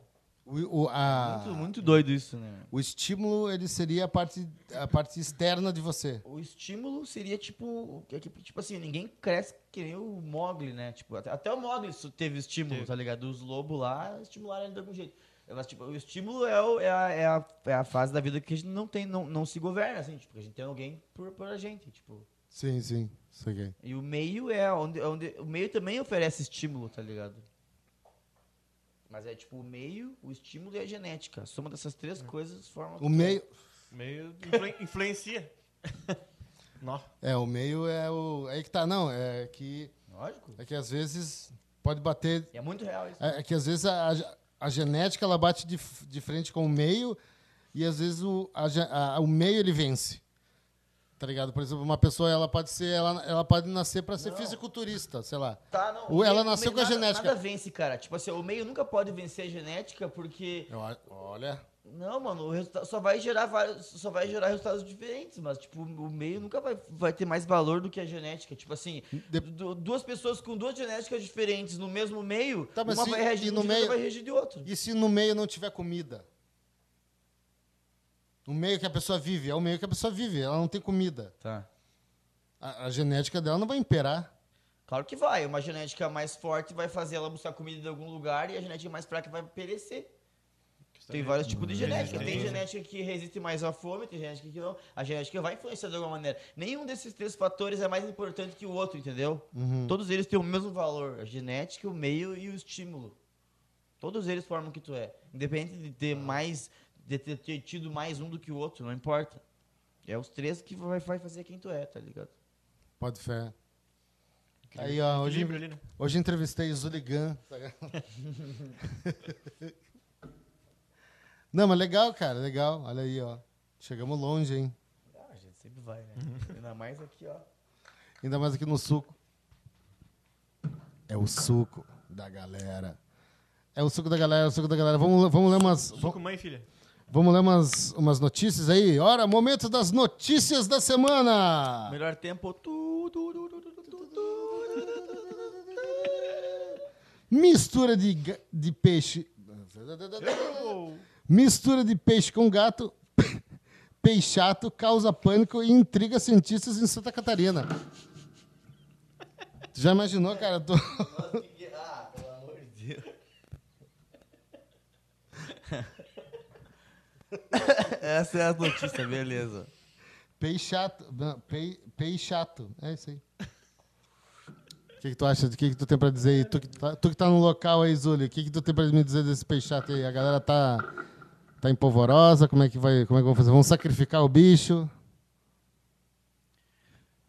S2: O, o- a-
S4: Muito, muito doido isso, né?
S2: o estímulo, ele seria a parte, a parte externa de você.
S4: O estímulo seria tipo. o que- que- Tipo assim, ninguém cresce que nem o Mogli, né? Tipo, até, até o Mogli su- teve estímulo,
S3: Teve.
S4: tá ligado? Os lobos lá estimularam ele de algum jeito. Mas, tipo, o estímulo é, o- é, a, é, a, é a fase da vida que a gente não tem, não, não se governa, assim, tipo, a gente tem alguém por, por a gente, tipo.
S2: Sim, sim. Isso aqui.
S4: E o meio é onde, é onde. O meio também oferece estímulo, tá ligado? Mas é tipo o meio, o estímulo e a genética. A soma dessas três coisas forma.
S2: Uhum. O meio...
S3: *laughs* Meio influ- influencia. Nó.
S2: É, o meio é o... Aí que tá, não. É que,
S4: Lógico.
S2: é que às vezes pode bater...
S4: E é muito real isso.
S2: É, é que às vezes a, a- a genética, ela bate de, f- de frente com o meio e às vezes o, a ge- a- o meio, ele vence. Tá ligado? Por exemplo, uma pessoa, ela pode ser... Ela, ela pode nascer pra ser fisiculturista, sei lá.
S4: Tá, não.
S2: O- ela
S4: meio-
S2: nasceu
S4: meio
S2: com a
S4: nada-
S2: genética.
S4: Nada vence, cara. Tipo assim, o meio nunca pode vencer a genética porque.
S2: Eu a- olha...
S4: Não, mano, o resultado só vai gerar vários, só vai gerar resultados diferentes, mas tipo, o meio nunca vai, vai ter mais valor do que a genética. Tipo assim,
S2: De-
S4: du- duas pessoas com duas genéticas diferentes no mesmo meio,
S2: Tá, mas
S4: uma
S2: se-
S4: vai reagir
S2: e
S4: de
S2: no
S4: um jeito,
S2: meio-
S4: outra vai reagir de outro.
S2: E se no meio não tiver comida? O meio que a pessoa vive, é o meio que a pessoa vive, ela não tem comida.
S4: Tá.
S2: A, a genética dela não vai imperar.
S4: Claro que vai, uma genética mais forte vai fazer ela buscar comida de algum lugar e a genética mais fraca vai perecer. Tem vários tipos de genética. Tem genética que resiste mais à fome, tem genética que não. A genética vai influenciar de alguma maneira. Nenhum desses três fatores é mais importante que o outro, entendeu? Todos eles têm o mesmo valor: a genética, o meio e o estímulo. Todos eles formam o que tu é. Independente de ter mais, de ter, ter tido mais um do que o outro, não importa. É os três que vai, vai fazer quem tu é, tá ligado?
S2: Pode fé. Aí, ó, hoje,
S3: Equilíbrio ali, né?
S2: hoje entrevistei o Zuligan. Não, mas legal, cara, legal. Olha aí, ó. Chegamos longe, hein?
S4: Ah, a gente sempre vai, né? Ainda mais aqui, ó.
S2: Ainda mais aqui no suco. É o suco da galera. É o suco da galera, é o suco da galera. Vamos, vamos ler umas.
S3: Suco mãe, filha.
S2: Vamos ler umas, umas notícias aí? Ora, momento das notícias da semana!
S4: Melhor tempo. Tu, tu, tu, tu, tu, tu, tu, tu.
S2: Mistura de, ga- de peixe. Mistura de peixe com gato. *laughs* Peixato causa pânico e intriga cientistas em Santa Catarina. Tu já imaginou, cara? Tu- *laughs*
S4: Nossa, que... Ah, pelo amor de Deus. *laughs* Essa é a notícia, beleza.
S2: Peixato. não, Pei, peixato. É isso aí. O que, que tu acha? O que, que tu tem pra dizer aí? Tu que tá, tu que tá no local aí, Zuli, o que, que tu tem pra me dizer desse peixato aí? A galera tá, tá em polvorosa? Como é que vai? Como é que vão fazer? Vão sacrificar o bicho?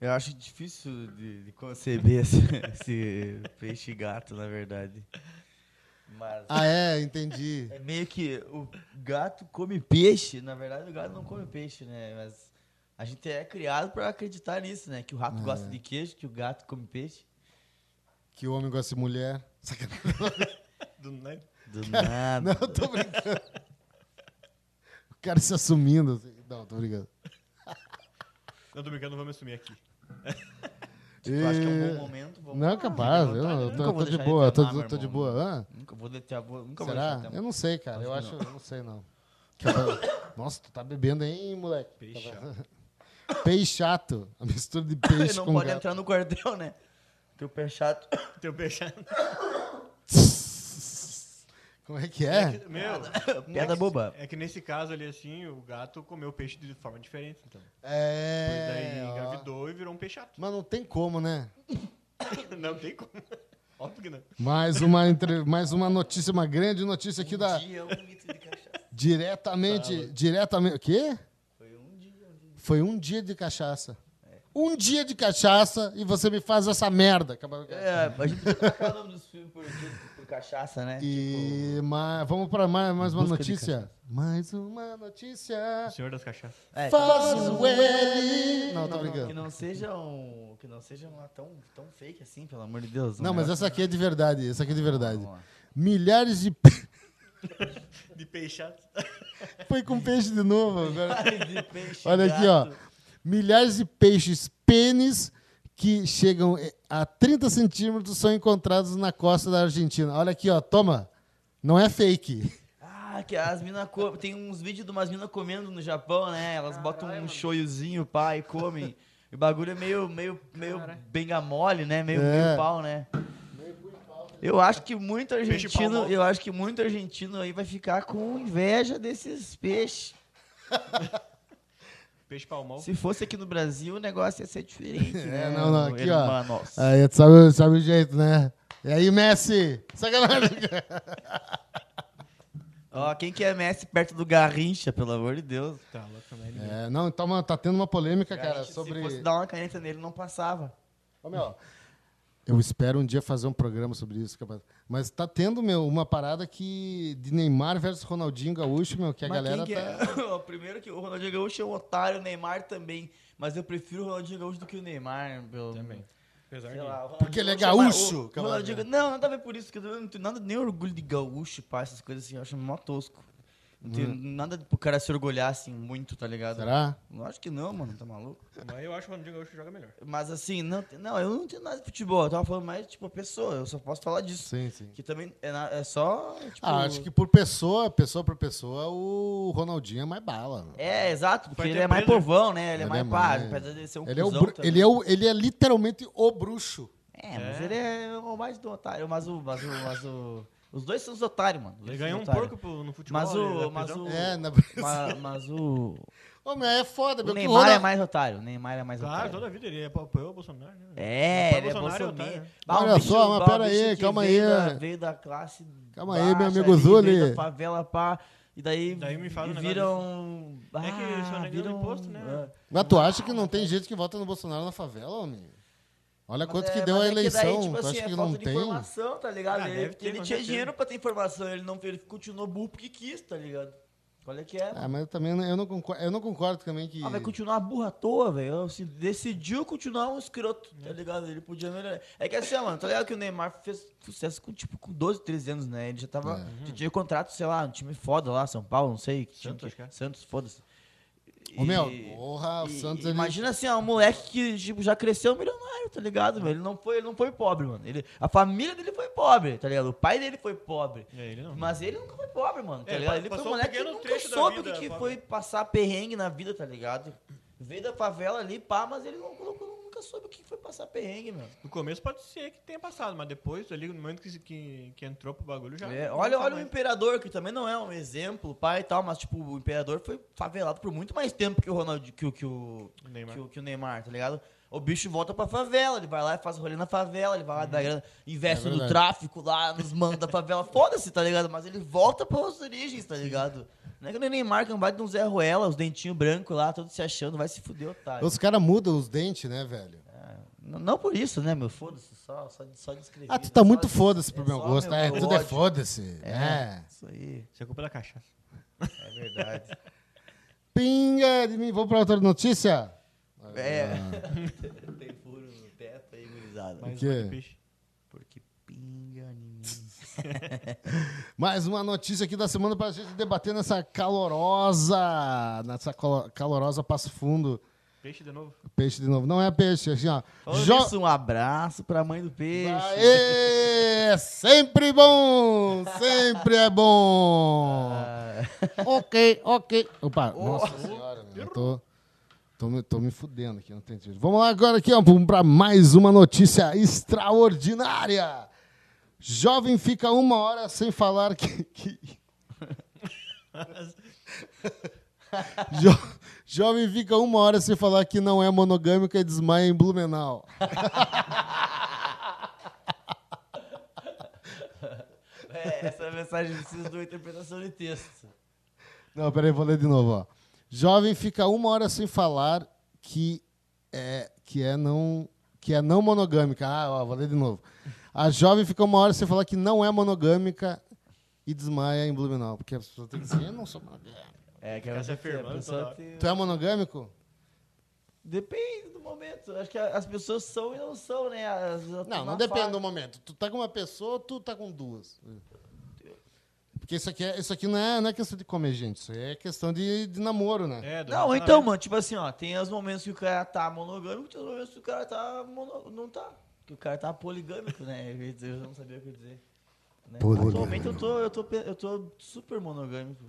S4: Eu acho difícil de, de conceber esse, esse peixe gato, na verdade. Mas
S2: Ah, é, entendi.
S4: é meio que o gato come peixe. Na verdade, o gato não come peixe, né? Mas A gente é criado pra acreditar nisso, né? Que o rato gosta de queijo, que o gato come peixe.
S2: Que o homem gosta de mulher. Sacanagem.
S3: Do nada.
S4: Do nada.
S2: Não, eu tô brincando. *laughs* O cara se assumindo. assim. Não, tô brincando.
S3: Não, tô brincando, vamos assumir aqui.
S4: Tipo, eu acho que é um
S2: E-
S4: bom momento. Vamos
S2: Não,
S4: lá,
S2: capaz. Eu,
S4: fica à vontade.
S2: eu tô,
S4: Nunca vou
S2: tô de
S4: deixar ele
S2: boa. eu Tô,
S4: terminar,
S2: eu tô de
S4: meu irmão.
S2: boa. Hã?
S4: Nunca vou deixar, vou- nunca vou deixar
S2: Será?
S4: ele terminar.
S2: Eu não sei, cara. Eu
S4: Acho
S2: acho,
S4: que
S2: eu não sei, não. Nossa, tu tá bebendo, hein, moleque?
S3: Peixe. ó.
S2: Peixe chato. A mistura de
S4: Ele
S2: peixe
S4: *laughs* não
S2: com
S4: pode
S2: gato.
S4: entrar no quartel, né? Teu pé chato.
S3: Teu *laughs* peixado.
S2: *laughs* Como é que é?
S3: que- Meu,
S4: Piada boba.
S3: é que nesse caso ali, assim, o gato comeu peixe de forma diferente, então. Pois daí
S2: É. ó.
S3: engravidou e virou um peixato.
S2: Mas não tem como, né?
S3: Não tem como. Óbvio que não.
S2: Mais uma, entre... Mais uma notícia, uma grande notícia aqui da.
S4: dia, um litro de cachaça.
S2: Diretamente. Diretamente. O quê?
S4: Foi um dia. um dia.
S2: Foi um dia de cachaça. Um dia de cachaça e você me faz essa merda. camarada.
S4: É, a gente não tá falando dos filmes por, dia- por cachaça, né?
S2: E ma- vamos para mais, mais uma
S4: Busca de
S2: notícia. Mais uma notícia.
S3: O senhor das cachaças.
S4: É,
S2: Faz o L. tipo assim, um Não, tô
S4: Não, não, que
S2: brincando.
S4: não é seja um. Que não seja uma tão, tão fake assim, pelo amor de Deus.
S2: Não, mas
S4: é
S2: essa aqui é de verdade. Essa aqui é de verdade.
S4: Vamos lá.
S2: Milhares
S4: *laughs*
S2: de. pe-
S3: De peixato.
S2: Foi com peixe de novo. agora.
S4: peixe,
S2: Olha aqui, ó. Milhares de peixes pênis que chegam eh, a 30 centímetros são encontrados na costa da Argentina. Olha aqui, ó. Toma. Não é fake.
S4: Ah, que as minas co... Tem uns vídeos de umas minas comendo no Japão, né? Elas botam um shoyuzinho, pá, e comem. E o bagulho é meio, meio, meio benga mole, né? Meio,
S2: É.
S4: meio pau, né? Eu acho que muito
S3: Peixe pau
S4: argentino,
S3: mole.
S4: eu acho que muito argentino aí vai ficar com inveja desses peixes.
S3: Peixe palmol.
S4: Se fosse aqui no Brasil, o negócio ia ser
S2: *laughs*
S4: diferente, né?
S2: É, não, não, aqui, ó.
S4: Hermanos.
S2: Aí tu sabe, sabe o jeito, né? E aí, Messi? Sacanagem.
S4: Ó, quem que é Messi perto do Garrincha, pelo amor de Deus?
S3: Tá, louco, também.
S2: É, não, então mano, tá tendo uma polêmica, cara,
S4: Garrincha,
S2: sobre.
S4: Se fosse dar um- uma caneta nele, não passava.
S2: Ô, meu, eu espero um dia fazer um programa sobre isso, capaz. Mas tá tendo, meu, uma parada que. De Neymar versus Ronaldinho Gaúcho, meu, que a
S4: Mas
S2: galera
S4: quem que
S2: tá.
S4: é? *laughs* Ó, Primeiro que o Ronaldinho Gaúcho é um otário, o Neymar também. Mas eu prefiro o Ronaldinho Gaúcho do que o Neymar. Pelo...
S3: Também. Apesar
S4: Sei
S3: de.
S4: lá, o
S2: Porque ele é
S4: Ronaldinho Gaúcho
S2: gaúcho,
S4: mais- o- o
S2: camarada.
S4: Ronaldinho... Não, nada a ver por isso, que eu não tenho nada, nem orgulho de gaúcho, pá, essas coisas assim, eu acho mó tosco. Não tenho nada pro cara se orgulhar assim muito, tá ligado?
S2: Hum. Será?
S4: Lógico que não, mano, tá maluco?
S3: Mas eu acho que o Ronaldinho Gaúcho joga melhor.
S4: Mas assim, não, tem- não, eu não tenho nada de futebol, eu tava falando mais, tipo, a pessoa, eu só posso falar disso.
S2: Sim, sim.
S4: Que também é, na- é só. Tipo,
S2: Ah, acho que por pessoa, pessoa por pessoa, o Ronaldinho é mais bala. meu.
S4: É, exato, porque
S3: Vai
S4: ele
S3: ter
S4: é mais
S3: Pedro.
S4: povão, né? Ele, é
S2: Ele
S4: mais
S2: é
S4: pá,
S2: mais-
S4: apesar de ser um
S2: Ele é, o
S4: cuzão
S2: bru-
S4: também.
S2: ele, é o- ele é literalmente o bruxo.
S4: É, mas ele é o mais do otário. Mas o. Mas o, mas o os dois são os otários, mano. Os
S3: Ele
S4: dois são
S3: ganhou um
S4: otários.
S3: porco pro- no futebol.
S4: é Mas
S3: ali,
S4: o-
S3: da
S4: mas
S3: prisão.
S4: o-
S2: É, na...
S4: Ma- Mas, o.
S2: *laughs* Ô, meu, é foda,
S4: O
S2: meu. que o
S4: Neymar é
S2: Ronald-
S4: mais otário. O Neymar é mais
S3: Claro,
S4: otário.
S3: toda a vida ele apoiou o Bolsonaro. né?
S4: É,
S3: Pai
S4: ele é
S3: Bolsonaro é
S4: Bolsonaro.
S3: otário.
S4: Bah, um
S2: Olha
S4: bicho-
S2: só, mas
S4: bah, um
S2: pera
S4: bicho
S2: aí,
S4: que
S2: calma
S4: veio
S2: aí. né?
S4: da- veio da classe.
S2: Calma aí, meu
S4: baixa
S2: amigo
S4: ali,
S2: Zully.
S4: Veio da favela, pá. E daí.
S3: Daí me fala um negócio
S4: Viram. Ah,
S3: É que só negando
S4: viram...
S3: imposto, né?
S4: Ah.
S2: Mas tu acha que não tem gente que vota no Bolsonaro na favela, homem? Olha
S4: Mas
S2: quanto
S4: é-
S2: que deu
S4: mas
S2: a
S4: é que
S2: eleição.
S4: daí, tipo
S2: tu
S4: assim,
S2: acha
S4: é
S2: que
S4: falta
S2: não
S4: de
S2: tem?
S4: informação, tá ligado?
S3: Ah,
S4: ele
S3: deve ter,
S4: ele
S3: com
S4: tinha
S3: certeza.
S4: dinheiro pra ter informação, ele não ele continuou burro porque quis, tá ligado? Qual é que é?
S2: Ah, mas eu também não- eu não concordo, eu não concordo também que.
S4: Ah, vai continuar burro à toa, velho. Se decidiu continuar um escroto, tá ligado? Ele podia melhorar. É que assim, ó, mano, tá ligado que o Neymar fez sucesso com, tipo, com 12, 13 anos, né? Ele já tava.
S2: É.
S4: Já tinha contrato, sei lá, um time foda lá, São Paulo, não sei. que time
S3: Santos,
S4: que,
S3: cara.
S4: Santos, foda-se.
S2: Ô, meu,
S4: E-
S2: porra, o
S4: e-
S2: Santos
S4: e
S2: ele-
S4: Imagina assim, ó, um moleque que tipo, já cresceu milionário, tá ligado? meu? Ele não foi, ele não foi pobre, mano. Ele, a família dele foi pobre, tá ligado? O pai dele foi pobre.
S3: É, ele não.
S4: Mas ele nunca foi pobre, mano, tá
S3: É,
S4: ligado?
S3: pa-
S4: Ele foi um
S3: passou um
S4: moleque que
S3: pequeno
S4: nunca
S3: trecho da
S4: soube o que,
S3: vida né?
S4: que
S3: pobre.
S4: foi passar perrengue na vida, tá ligado? Veio da favela ali, pá, mas ele não colocou, nunca soube o que foi passar perrengue, meu.
S3: No começo pode ser que tenha passado, mas depois, ali, no momento que, se- que, que entrou pro bagulho, já.
S4: É,
S3: não
S4: olha,
S3: tá
S4: olha o
S3: mais.
S4: Imperador, que também não é um exemplo, pai e tal, mas tipo, o Imperador foi favelado por muito mais tempo que o Ronald, que, o- que o
S3: O Neymar.
S4: Que, o- que o Neymar, tá ligado? O bicho volta pra favela, ele vai lá e faz rolê na favela, ele vai lá,
S3: Uhum.
S4: dá grana, investe
S2: É
S4: no
S2: verdade.
S4: tráfico lá, nos manos
S3: *laughs*
S4: da favela, foda-se, tá ligado? Mas ele volta pras origens, tá ligado? Não é que nem o Neymar, que não bate no Zé Ruela, os dentinhos brancos lá, todos se achando, vai se fuder, otário.
S2: Os caras mudam os dentes, né, velho?
S4: É, Não, não por isso, né, meu? Foda-se, só, só, de- só descrever.
S2: Ah, tu tá
S4: né?
S2: muito
S4: Só-
S2: foda-se pro
S4: é
S2: meu
S4: só
S2: gosto.
S4: meu
S2: É, tudo é
S4: ódio.
S2: foda-se. É.
S4: Isso aí,
S3: Isso é culpa da cachaça.
S4: é verdade.
S2: Pinga de mim. Vamos para outra notícia?
S4: É. *laughs* Tem furo no teto aí, gurizada.
S3: Mais
S2: quê?
S3: uma de peixe.
S4: Porque pinga em mim.
S2: Mais uma notícia aqui da semana para a gente debater nessa calorosa, nessa colo- calorosa Passo Fundo.
S3: Peixe de novo.
S2: Peixe de novo. Não é peixe, é assim, ó.
S4: Falando
S2: Jo-
S4: nisso, um abraço pra mãe do peixe.
S2: Aê! Sempre bom! Sempre é bom!
S4: Ah,
S2: Ok, ok. Opa, nossa senhora, meu, eu tô, tô, me, tô me fudendo aqui, não tem jeito. Vamos lá agora aqui, ó, para mais uma notícia extraordinária. Jovem fica uma hora sem falar que... que- Jo- jovem fica uma hora sem falar que não é monogâmica e desmaia em Blumenau.
S4: é, essa mensagem precisa de uma interpretação de texto.
S2: Não, peraí, vou ler de novo, ó. Jovem fica uma hora sem falar que é, que é, não, que é não monogâmica. Ah, ó, vou ler de novo. A jovem fica uma hora sem falar que não é monogâmica e desmaia em Blumenau. Porque a pessoa tem que dizer, eu não sou monogâmico.
S4: É, que
S3: Fica se
S4: você tem, a
S3: afirmando toda
S4: pessoa
S3: hora.
S4: tem...
S2: Tu é monogâmico?
S4: Depende do momento. Acho que a- as pessoas são e não são, né? As-
S2: Não,
S4: uma
S2: não depende
S4: fase.
S2: do momento. Tu tá com uma pessoa ou tu tá com duas? Porque isso aqui, é, isso aqui não, é, não é questão de comer gente, isso é questão de, de namoro, né?
S3: É, do
S4: Não,
S3: relacionamento.
S4: então, mano, tipo assim, ó, tem os momentos que o cara tá monogâmico, tem os momentos que o cara tá mono... não tá. Que o cara tá poligâmico, né? Eu, ia dizer, eu não sabia o que eu ia dizer. né?
S2: Poligâmico.
S4: Atualmente eu tô, eu, tô, pe- eu tô super monogâmico.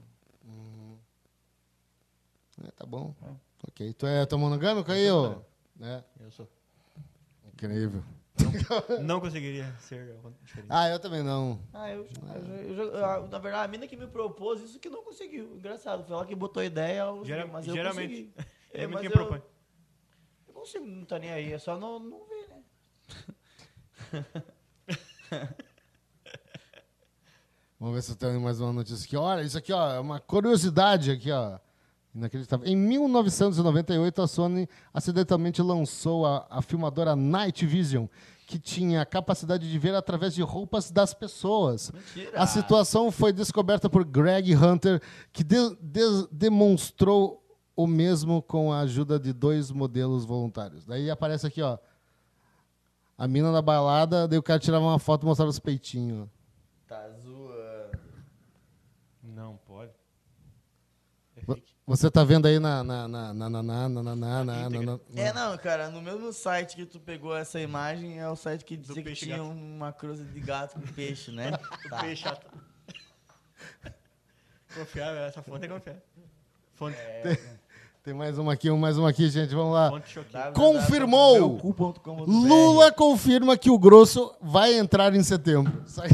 S2: É, tá bom. Ok. Tu é, tu é monogâmico aí, ô? É.
S3: Eu sou.
S2: Incrível.
S3: Não conseguiria ser diferente.
S2: Ah, eu também não. é.
S4: Ah, eu, eu, eu- eu- eu- ah, na verdade, a mina que me propôs isso que não conseguiu. Engraçado, foi ela que botou a ideia, eu,
S3: Gera-
S4: mas eu
S3: geralmente.
S4: consegui.
S3: *laughs* É, muito
S4: mas
S3: quem
S4: eu-
S3: propõe.
S4: Eu consigo, não tá nem aí, é só não, não ver, né?
S2: Vamos ver se tem mais uma notícia aqui. Olha, isso aqui, ó, é uma curiosidade aqui, ó. Inacreditável. Em 1998, a Sony acidentalmente lançou a, a filmadora Night Vision, que tinha a capacidade de ver através de roupas das pessoas.
S4: Mentira.
S2: A situação foi descoberta por Greg Hunter, que de- de- demonstrou o mesmo com a ajuda de dois modelos voluntários. Daí aparece aqui, ó. A mina na balada, daí o cara tirava uma foto e mostrava os peitinhos.
S4: Tá zoando.
S3: Não, pode. É
S2: Vo-
S3: fake.
S2: Você tá vendo aí na. na, na, na, na, na, na, na, na, na, na, na-
S4: É, não, cara, no mesmo site que tu pegou essa imagem é o site que dizia que
S3: peixe
S4: tinha
S3: gato.
S4: uma cruza de gato com peixe, *laughs* né? Tá.
S3: Peixe chato. Confiável, essa fonte é confiável. Fonte,
S4: É.
S2: Tem mais uma aqui, um- mais uma aqui, gente. Vamos lá.
S3: fonte choquinha.
S2: Confirmou!
S4: www.meucu.com.br.
S2: Lula confirma que o grosso vai entrar em setembro. *laughs* Sai-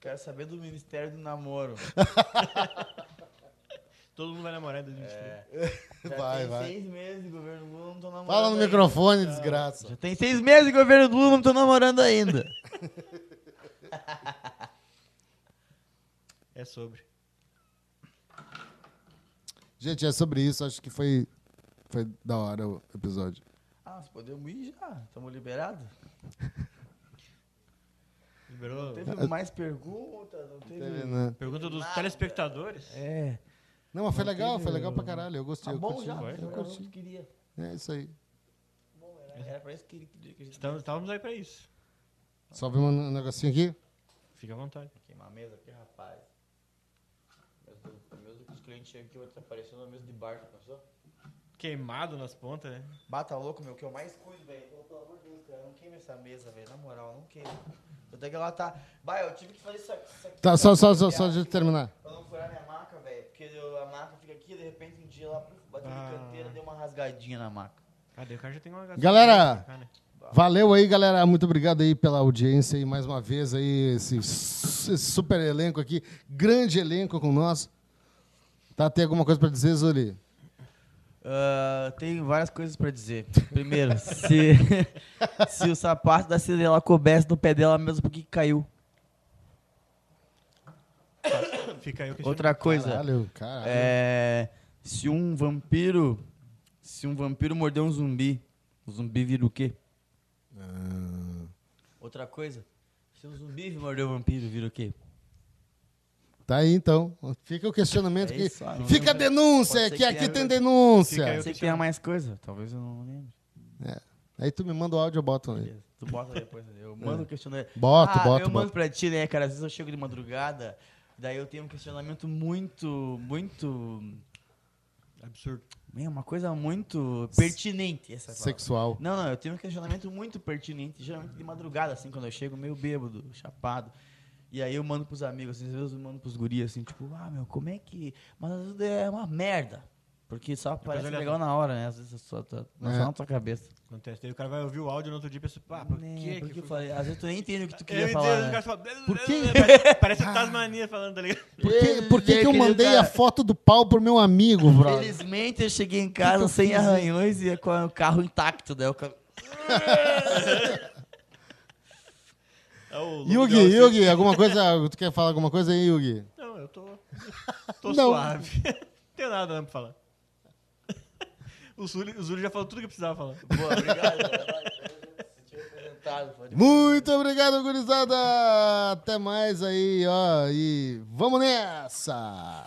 S4: Quero saber do Ministério
S2: *laughs*
S4: do Namoro.
S3: Todo mundo vai namorar em 2023.
S4: Já
S2: Vai,
S4: tem
S2: vai.
S4: seis meses de governo Lula, não tô namorando
S2: Fala no
S4: ainda.
S2: microfone, desgraça.
S4: Já tem seis meses de governo Lula, não tô namorando ainda.
S3: É, sobre.
S2: Gente, é sobre isso. Acho que foi, foi da hora o episódio.
S4: *laughs* ah, nós podemos ir já, estamos liberados.
S3: Liberou.
S4: Teve mais perguntas, não teve...
S2: Teve, né?
S3: Pergunta dos telespectadores.
S4: É,
S2: Não, mas foi legal, foi legal pra caralho. Eu gostei.
S4: tá
S2: Eu
S4: bom
S2: curti.
S4: já,
S3: vai.
S4: eu
S2: Eu curti.
S4: queria.
S2: É isso aí.
S4: Bom, era, era pra isso que, que, que a gente
S3: Estamos, estávamos aí pra isso.
S2: Só vi um negocinho aqui.
S3: Fica à vontade.
S4: Queimar a mesa aqui, rapaz. Mesmo que os clientes chegam aqui, vai estar parecendo uma mesa de bar, já pensou?
S3: Queimado nas pontas, né?
S4: Bata louco, meu, que eu mais cuido, velho. Pô, Pelo amor de Deus, cara, não queima essa mesa, velho. Na moral, não queima. Até que ela tá. Bah, eu tive que fazer isso aqui. Isso aqui
S2: Tá,
S4: pra
S2: só,
S4: não
S2: só, só,
S4: furar-
S2: só de terminar.
S4: Pra não furar minha maca, velho. Porque eu- a maca fica aqui, de repente um dia ela puf, bateu
S3: Ah.
S4: na canteira, deu uma rasgadinha na maca.
S3: Cadê? O cara já tem uma
S2: Galera!
S3: pra cá, né?
S2: Valeu aí, galera. Muito obrigado aí pela audiência e mais uma vez aí esse, su- esse super elenco aqui, grande elenco com nós. Tá tem alguma coisa pra dizer, Zoli?
S4: Ah, tenho várias coisas pra dizer. Primeiro, se, *laughs* se o sapato da Cinderela coubesse no pé dela mesmo, por que que caiu?
S3: Fica aí o questionamento.
S4: Outra coisa.
S2: Caralho, caralho.
S4: É, se um vampiro. Se um vampiro morder um zumbi, o zumbi vira o quê? Outra coisa. Se um zumbi morder um vampiro, vira o quê?
S2: Tá aí então. Fica o questionamento.
S4: É
S2: que-
S4: isso aí.
S2: Fica a denúncia,
S4: Pode ser
S2: que
S4: que é
S2: aqui
S4: tenha-
S2: tem
S3: Fica
S2: denúncia.
S3: aí
S4: Eu sei que tenha mais coisa, talvez eu não lembre.
S2: Aí tu me manda o áudio, eu boto aí.
S4: Beleza, Tu bota depois, né? eu mando o questionamento.
S2: É. Bota,
S4: ah,
S2: bota,
S4: Eu
S2: bota.
S4: mando pra ti, né, cara? Às vezes eu chego de madrugada, daí eu tenho um questionamento muito, muito.
S3: Absurdo.
S4: É uma coisa muito pertinente essa palavra.
S2: Sexual.
S4: Não, não, eu tenho um questionamento muito pertinente, geralmente de madrugada, assim, quando eu chego meio bêbado, chapado. E aí eu mando pros amigos, assim, às vezes eu mando pros guris, assim, tipo, ah, meu, como é que... Mas às vezes é uma merda, porque só parece
S3: olha-
S4: legal na hora, né? Às vezes é só, tá- não
S2: É.
S4: só na tua cabeça.
S3: Acontece. Daí o cara vai ouvir o áudio no outro dia e pensa, pá, por
S4: Né,
S3: que
S4: porque
S3: que
S4: eu
S3: foi?
S4: falei, às vezes tu nem entende o que tu
S3: É,
S4: queria
S3: Deus,
S4: falar,
S3: o
S4: né?
S3: cara fala,
S2: Por quê? *laughs*
S3: Parece- Parece Tasmania falando, tá ligado?
S2: Por que, por que,
S4: É,
S2: que eu
S4: que nem o
S2: mandei
S4: cara-
S2: a foto do pau pro meu amigo, brother?
S4: Felizmente eu cheguei em casa sem arranhões e com o carro intacto, né? O cara...
S3: É o
S2: Yugi,
S3: Lobo de Wall Street.
S2: Yugi, alguma coisa. Tu quer falar alguma coisa aí, Yugi?
S3: Não, eu tô. Tô
S2: Não.
S3: suave. *laughs* Não tenho nada não pra falar. *laughs* O Zuri, o Zuri já falou tudo que precisava falar.
S4: Boa, obrigado. Senti representado, pode-
S2: Muito obrigado, gurizada! Até mais aí, ó. E vamos nessa!